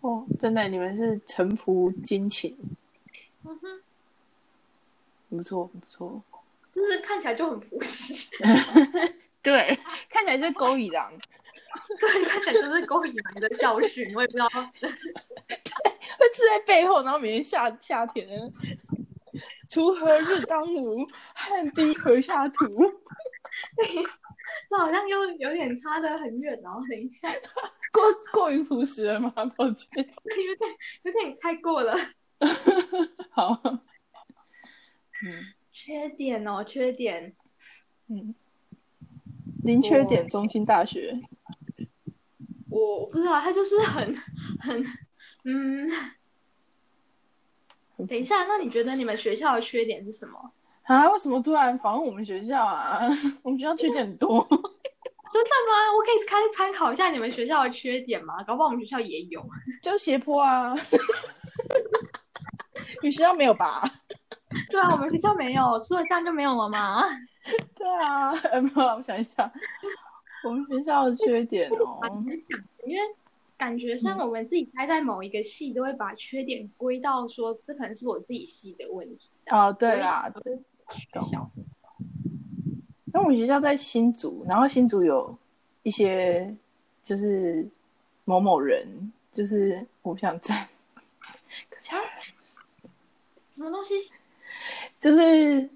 哦，真的，你们是诚朴殷勤，
嗯哼。
不错不错。
就是看起来就很朴实，
对， 看起来就是勾引狼，
对，看起来就是勾引男的校训，我也不知道。
会吃在背后，然后每天夏夏天，锄禾日当午，汗滴禾下土。
这好像又有点差得很远哦，等一下，
过过于朴实了吗？抱歉。
有点有点太过了。
好，嗯
缺点哦，缺点，
嗯，零缺点，中心大学。
我我不知道，他就是很很嗯。等一下，那你觉得你们学校的缺点是什么？
啊，为什么突然访问我们学校啊？ 我们学校缺点很多。
真的吗？我可以开参考一下你们学校的缺点吗？搞不好我们学校也有。
就斜坡啊。 你学校没有吧？
对啊，我们学校没有，除了这样就没有了吗？
对啊，呃，没有啊，我想一下，我们学校的缺点哦，
因为感觉像我们自己待在某一个系，都会把缺点归到说这可能是我自己系的问题。
哦，对啦，对。
学校
那我们学校在新竹，然后新竹有一些就是某某人，就是我不想站，可是
什么东西？
就是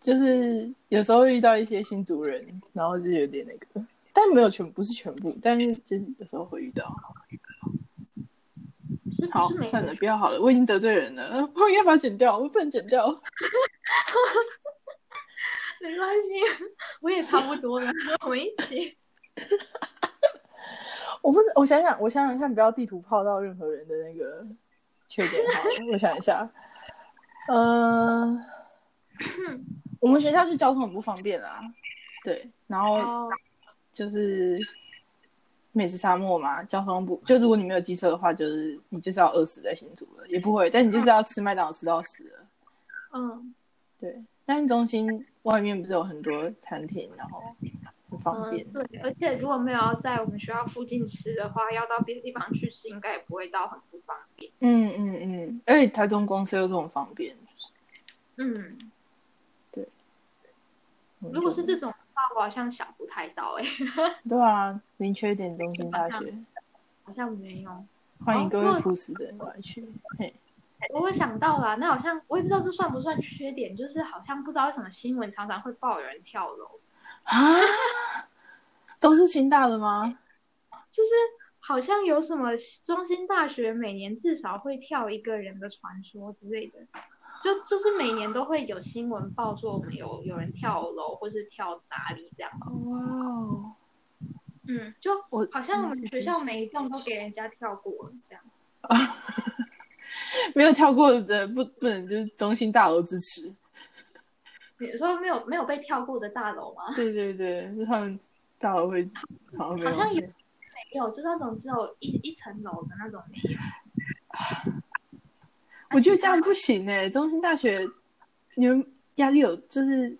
就是有时候遇到一些新族人，然后就有点那个，但没有全不是全部，但是就是有时候会遇到。
是不
好
是，每
算了，
个
不要好了，我已经得罪人了，我应该把它剪掉，我不能剪掉。
没关系，我也差不多了，我们一起。
我不是，我想想，我想想看，不要地图炮到任何人的那个缺点好了，我想一下，嗯、我们学校就交通很不方便啦，对，然后
哦，
就是美食沙漠嘛，交通不就如果你没有机车的话，就是你就是要饿死在新竹了，也不会，但你就是要吃麦当劳吃到死了。
嗯
对，但是中心外面不是有很多餐厅，然后很方便
嗯，。对，而且如果没有要在我们学校附近吃的话，要到别的地方去吃，应该也不会到很不方便。
嗯嗯嗯，而且台中公司又这么方便，就是
嗯，
嗯
如果是
就
这种的话，我好像想不太到、哎，
对啊，零缺点中心大学，
哦好像没有。
欢迎各
如
位
果
朴实的人过来去。嘿，
我会想到啦，那好像我也不知道这算不算缺点，就是好像不知道为什么新闻常常会报有人跳楼，
啊，都是清大的吗？
就是好像有什么中心大学每年至少会跳一个人的传说之类的，就就是每年都会有新闻报说我们有有人跳楼或是跳哪里这样，
哇哦，
嗯，就
我
好像我们
真的是
学校每一栋都给人家跳过了这样，
没有跳过的不不能就是中心大楼支持。
你说没有没有被跳过的大楼吗？
对对对，是他们大楼会好像没有。
好像有没有，就那种只有一一层楼的那种没有。
我觉得这样不行哎、中心大学你们压力有就是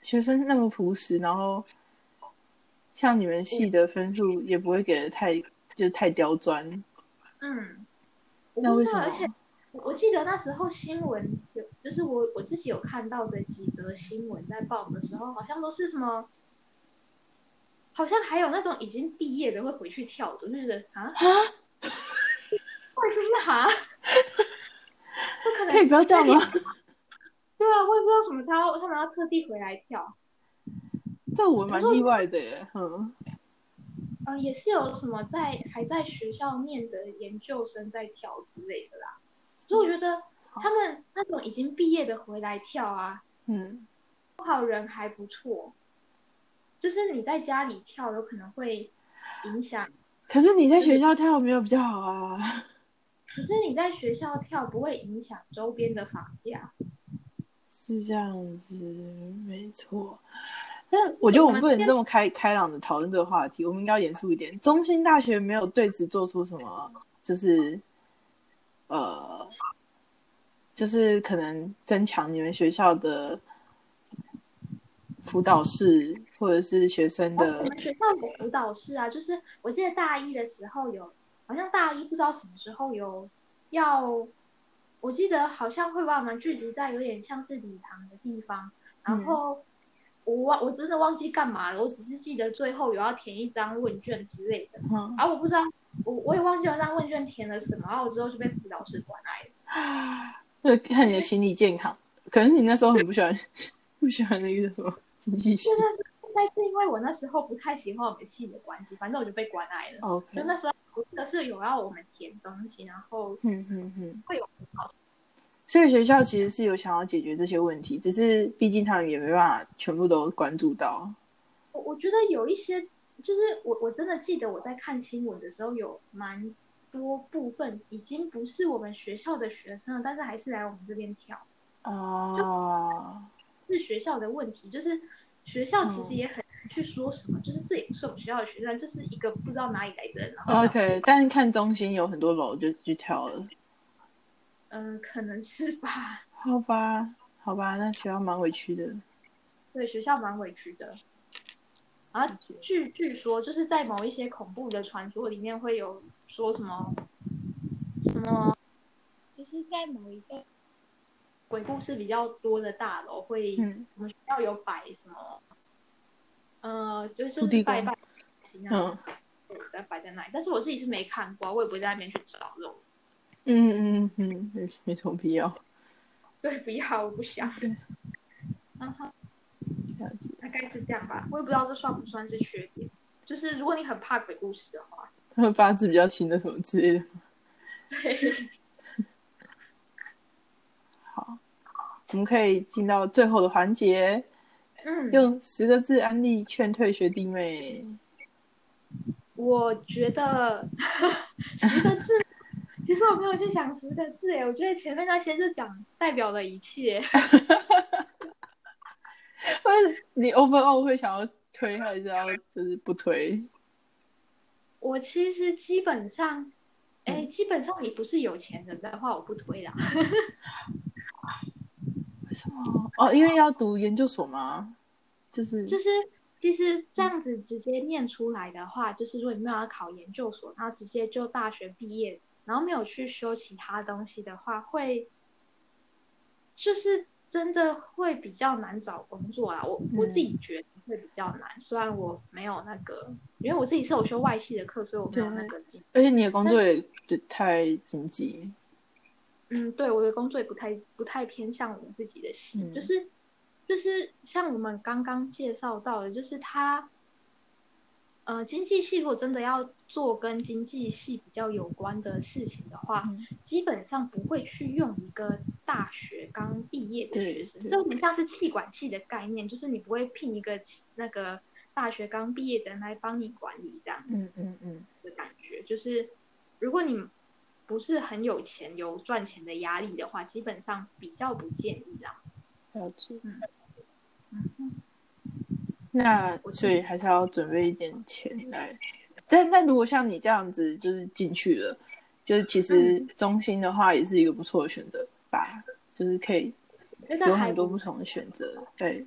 学生那么朴实，然后像你们系的分数也不会给的太就是太刁钻，
嗯，我
那
不
为
知
什
道，
么
而且我我记得那时候新闻有，就是我我自己有看到的几则新闻在报的时候，好像都是什么，好像还有那种已经毕业的会回去跳的，我就觉得啊， 对，就是哈， 不可能
可以不要这样吗？
对啊，我也不知道什么他要他们要特地回来跳，
这我蛮意外的耶。嗯，
呃，也是有什么在还在学校念的研究生在跳之类的啦。所以我觉得他们那种已经毕业的回来跳啊，
嗯，
不好人还不错，就是你在家里跳有可能会影响，
可是你在学校跳没有比较好啊？
可是你在学校跳不会影响周边的房价。
是这样子，没错。但我觉得我们不能这么开开朗的讨论这个话题，我们应该要严肃一点。中兴大学没有对此做出什么，就是呃，就是可能增强你们学校的辅导室或者是学生
哦，我
的
们学校有辅导室啊，就是我记得大一的时候有，好像大一不知道什么时候有要，我记得好像会把我们聚集在有点像是礼堂的地方，然后我忘我真的忘记干嘛了，我只是记得最后有要填一张问卷之类的，啊
嗯
而、我不知道我我也忘记我那张问卷填了什么，然后我之后就被辅导室关爱了。
那个看你的心理健康。可能你那时候很不喜欢 不喜欢那个叫什么经济系
真的是，应该是因为我那时候不太喜欢我们系的关系，反正我就被关爱了。
，OK，
就那时候，我记得是有要我们填东西，然后
嗯嗯嗯，
会有
所以学校其实是有想要解决这些问题，只是毕竟他们也没办法全部都关注到。
我我觉得有一些，就是我我真的记得我在看新闻的时候，有蛮多部分已经不是我们学校的学生了，但是还是来我们这边跳，
哦，
是学校的问题。就是学校其实也很难去说什么，就是这也不是我们学校的学生，就是一个不知道哪里来的人。
哦
然后
OK，但是看中心有很多楼就去跳了，
嗯，可能是吧。
好吧，好吧，那学校蛮委屈的。
对，学校蛮委屈的。然后据据说，就是在某一些恐怖的传说里面会有说什么
就是在某一个
鬼故事比较多的大楼会。
嗯
我们学校有摆什么，呃，就
土地公
是拜拜行啊，
嗯
在摆在那里。但是我自己是没看过，我也不会在那边去找这种。
嗯嗯嗯，没没什么必要。
对，不要，我不想。
对
然后
了解
大概是这样吧，我也不知道这算不算是缺点。就是如果你很怕鬼故事的话，
他们 八字比较轻的什么之类的。
对，
我们可以进到最后的环节，
嗯，
用十个字安利劝退学弟妹。
我觉得 十个字， 其实我没有去想十个字诶，我觉得前面那些就讲代表了一切。
或者你 overall 会想要推还是要就是不推？
我其实基本上，哎，基本上你不是有钱人的话，我不推啦。
为什么？哦，因为要读研究所吗？就是
就是其实这样子直接念出来的话，就是如果你没有要考研究所，然后直接就大学毕业，然后没有去修其他东西的话，会就是真的会比较难找工作啊。我我自己觉得会比较难，虽然我没有那个，因为我自己是有修外系的课，所以我没有那个经。
而且你的工作也就太紧急，
嗯，对，我的工作也不太不太偏向我们自己的系，
嗯
就是就是像我们刚刚介绍到的，就是它，呃，经济系如果真的要做跟经济系比较有关的事情的话，
嗯
基本上不会去用一个大学刚毕业的
对
学生，
对
这有点像是气管系的概念，就是你不会聘一个那个大学刚毕业的人来帮你管理这样
嗯嗯嗯，
的感觉，就是如果你不是很有钱、有赚钱的压力的话，基本上比较不建议啦。
了解。
嗯，
那所以还是要准备一点钱来。
嗯
但但如果像你这样子，就是进去了，就是其实
嗯
中心的话也是一个不错的选择吧，就是可以
觉得
有
还
很多
不
不同的选择。对，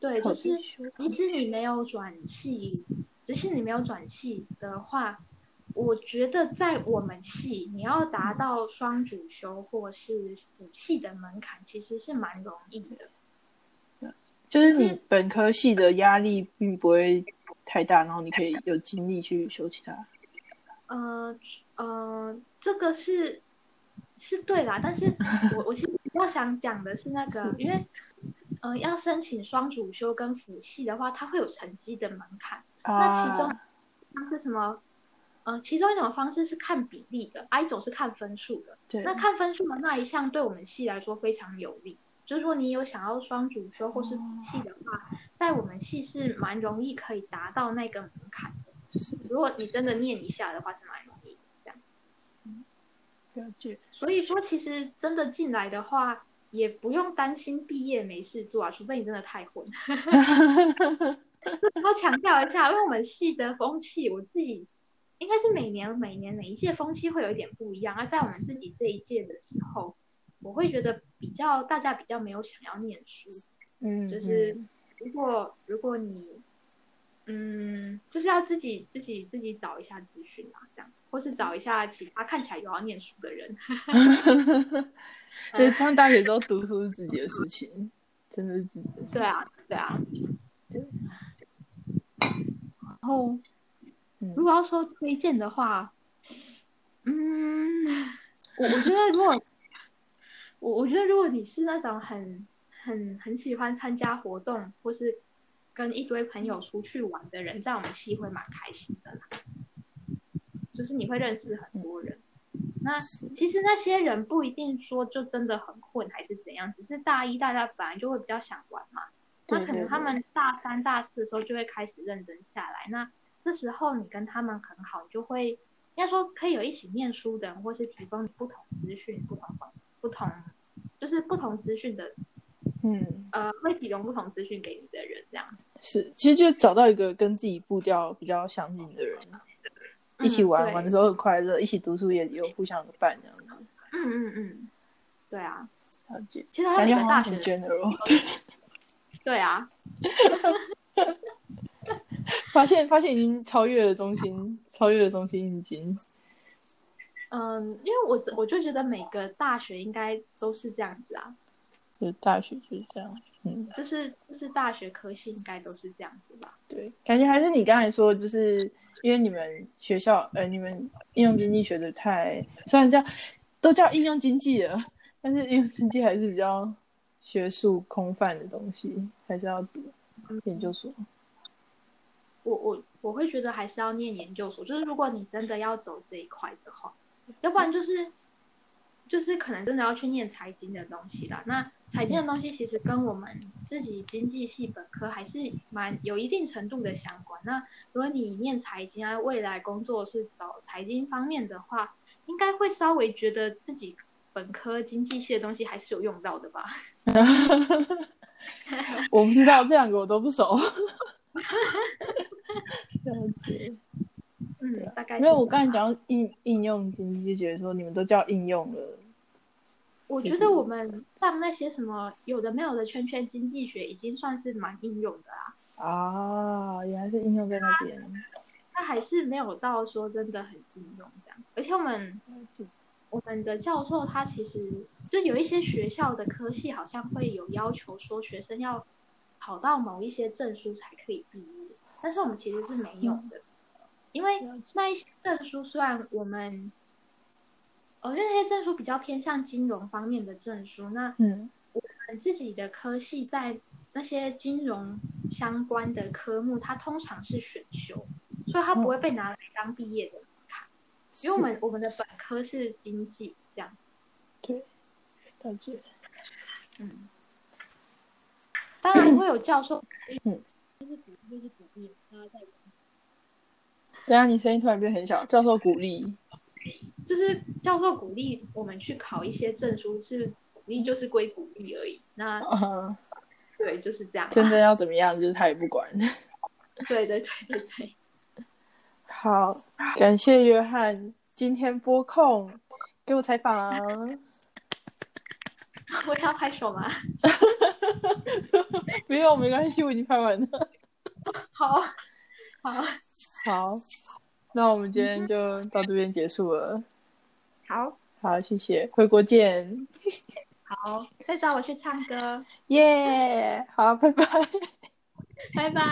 对，
特
就是
别修
即使你没有转系，只是你没有转系的话，我觉得在我们系，你要达到双主修或是辅系的门槛，其实是蛮容易的。
就是你本科系的压力并不会太大，然后你可以有精力去修其他。
呃呃，这个是是对啦，但是我我其实比较想讲的是那个，因为呃要申请双主修跟辅系的话，它会有成绩的门槛。那其中
啊
方式什么？呃，其中一种方式是看比例的，啊，一种是看分数的。
对，
那看分数的那一项对我们系来说非常有利，就是说你有想要双主修或是辅系的话，在我们系是蛮容易可以达到那个门槛的。
是
如果你真的念一下的话，是蛮容易的这样。
了解。
所以说，其实真的进来的话，也不用担心毕业没事做啊，除非你真的太混。 要强调一下，因为我们系的风气，我自己应该是每年每年每一届风气会有一点不一样。而在我们自己这一届的时候，我会觉得比较大家比较没有想要念书，
嗯，
就是
嗯
如果如果你嗯，就是要自己自己自己找一下资讯啊，这样，或是找一下其他看起来有要念书的人。
对，上大学之后读书是自己的事情， 真的是自己的事情。
对，啊，对啊。然后，
嗯
如果要说推荐的话，嗯，我我觉得如果我我觉得如果你是那种很很很喜欢参加活动，或是跟一堆朋友出去玩的人，在我们系会蛮开心的啦，就是你会认识很多人。那
是
其实那些人不一定说就真的很混还是怎样，只是大一大家本来就会比较想玩嘛，
对
那可能
对
他
对
们大三大四的时候就会开始认真下来，那这时候你跟他们很好，你就会应该说可以有一起念书的人，或是提供你不同资讯、不同方不同就是不同资讯的
嗯，
呃会提供不同资讯给你的人这样。
是，其实就找到一个跟自己步调比较相近的人，一起玩，
嗯对
玩的时候很快乐，一起读书也有互相的伴，这样子。
嗯嗯嗯，对啊，
了解，
其实他
感觉
每个
好
大
像
学
很 general。
对啊，
发现发现已经超越了中心，超越了中心应经。
嗯，因为我只我就觉得每个大学应该都是这样子啊，
就是大学就是这样，嗯，
就是就是大学科系应该都是这样子吧。
对，感觉还是你刚才说，就是因为你们学校，呃，你们应用经济学的太，虽然叫都叫应用经济了，但是应用经济还是比较学术空泛的东西，还是要读研究所。
我我我会觉得还是要念研究所，就是如果你真的要走这一块的话，要不然就是就是可能真的要去念财经的东西啦。那财经的东西其实跟我们自己经济系本科还是蛮有一定程度的相关。那如果你念财经啊，未来工作是找财经方面的话，应该会稍微觉得自己本科经济系的东西还是有用到的吧。
我不知道这两个我都不熟。 了解，
嗯
对啊，
大概
没有，我
刚
刚才讲到应应用经济，就觉得说你们都叫应用了，
我
就
觉
是
得我们上那些什么有的没有的圈圈经济学，已经算是蛮应用的啦。
啊，原来是应用在那边。
那还是没有到说真的很应用这样。而且我们我们的教授他其实就有一些学校的科系好像会有要求说学生要考到某一些证书才可以毕业，但是我们其实是没有的，因为那一些证书虽然我们，我觉得那些证书比较偏向金融方面的证书，那
嗯，
我们自己的科系在那些金融相关的科目，它通常是选修，所以它不会被拿来当毕业的门槛。因为我们我们的本科是经济，这样。
是了解。
嗯。当然会有教授，
就是鼓励大家在
等一下你声音突然变很小，教授鼓励。
就是教授鼓励我们去考一些证书，是鼓励就是归鼓励而已。那
啊，
对，就是这样。
真的要怎么样，就是他也不管。
对对对对对。
好，感谢约翰今天播控给我采访。
我要拍手吗？
不用， 没关系，我已经拍完了。
好，好，
好，那我们今天就到这边结束了。
好，
好，谢谢，回国见，
好，再找我去唱歌，
耶、好，拜拜。
拜拜。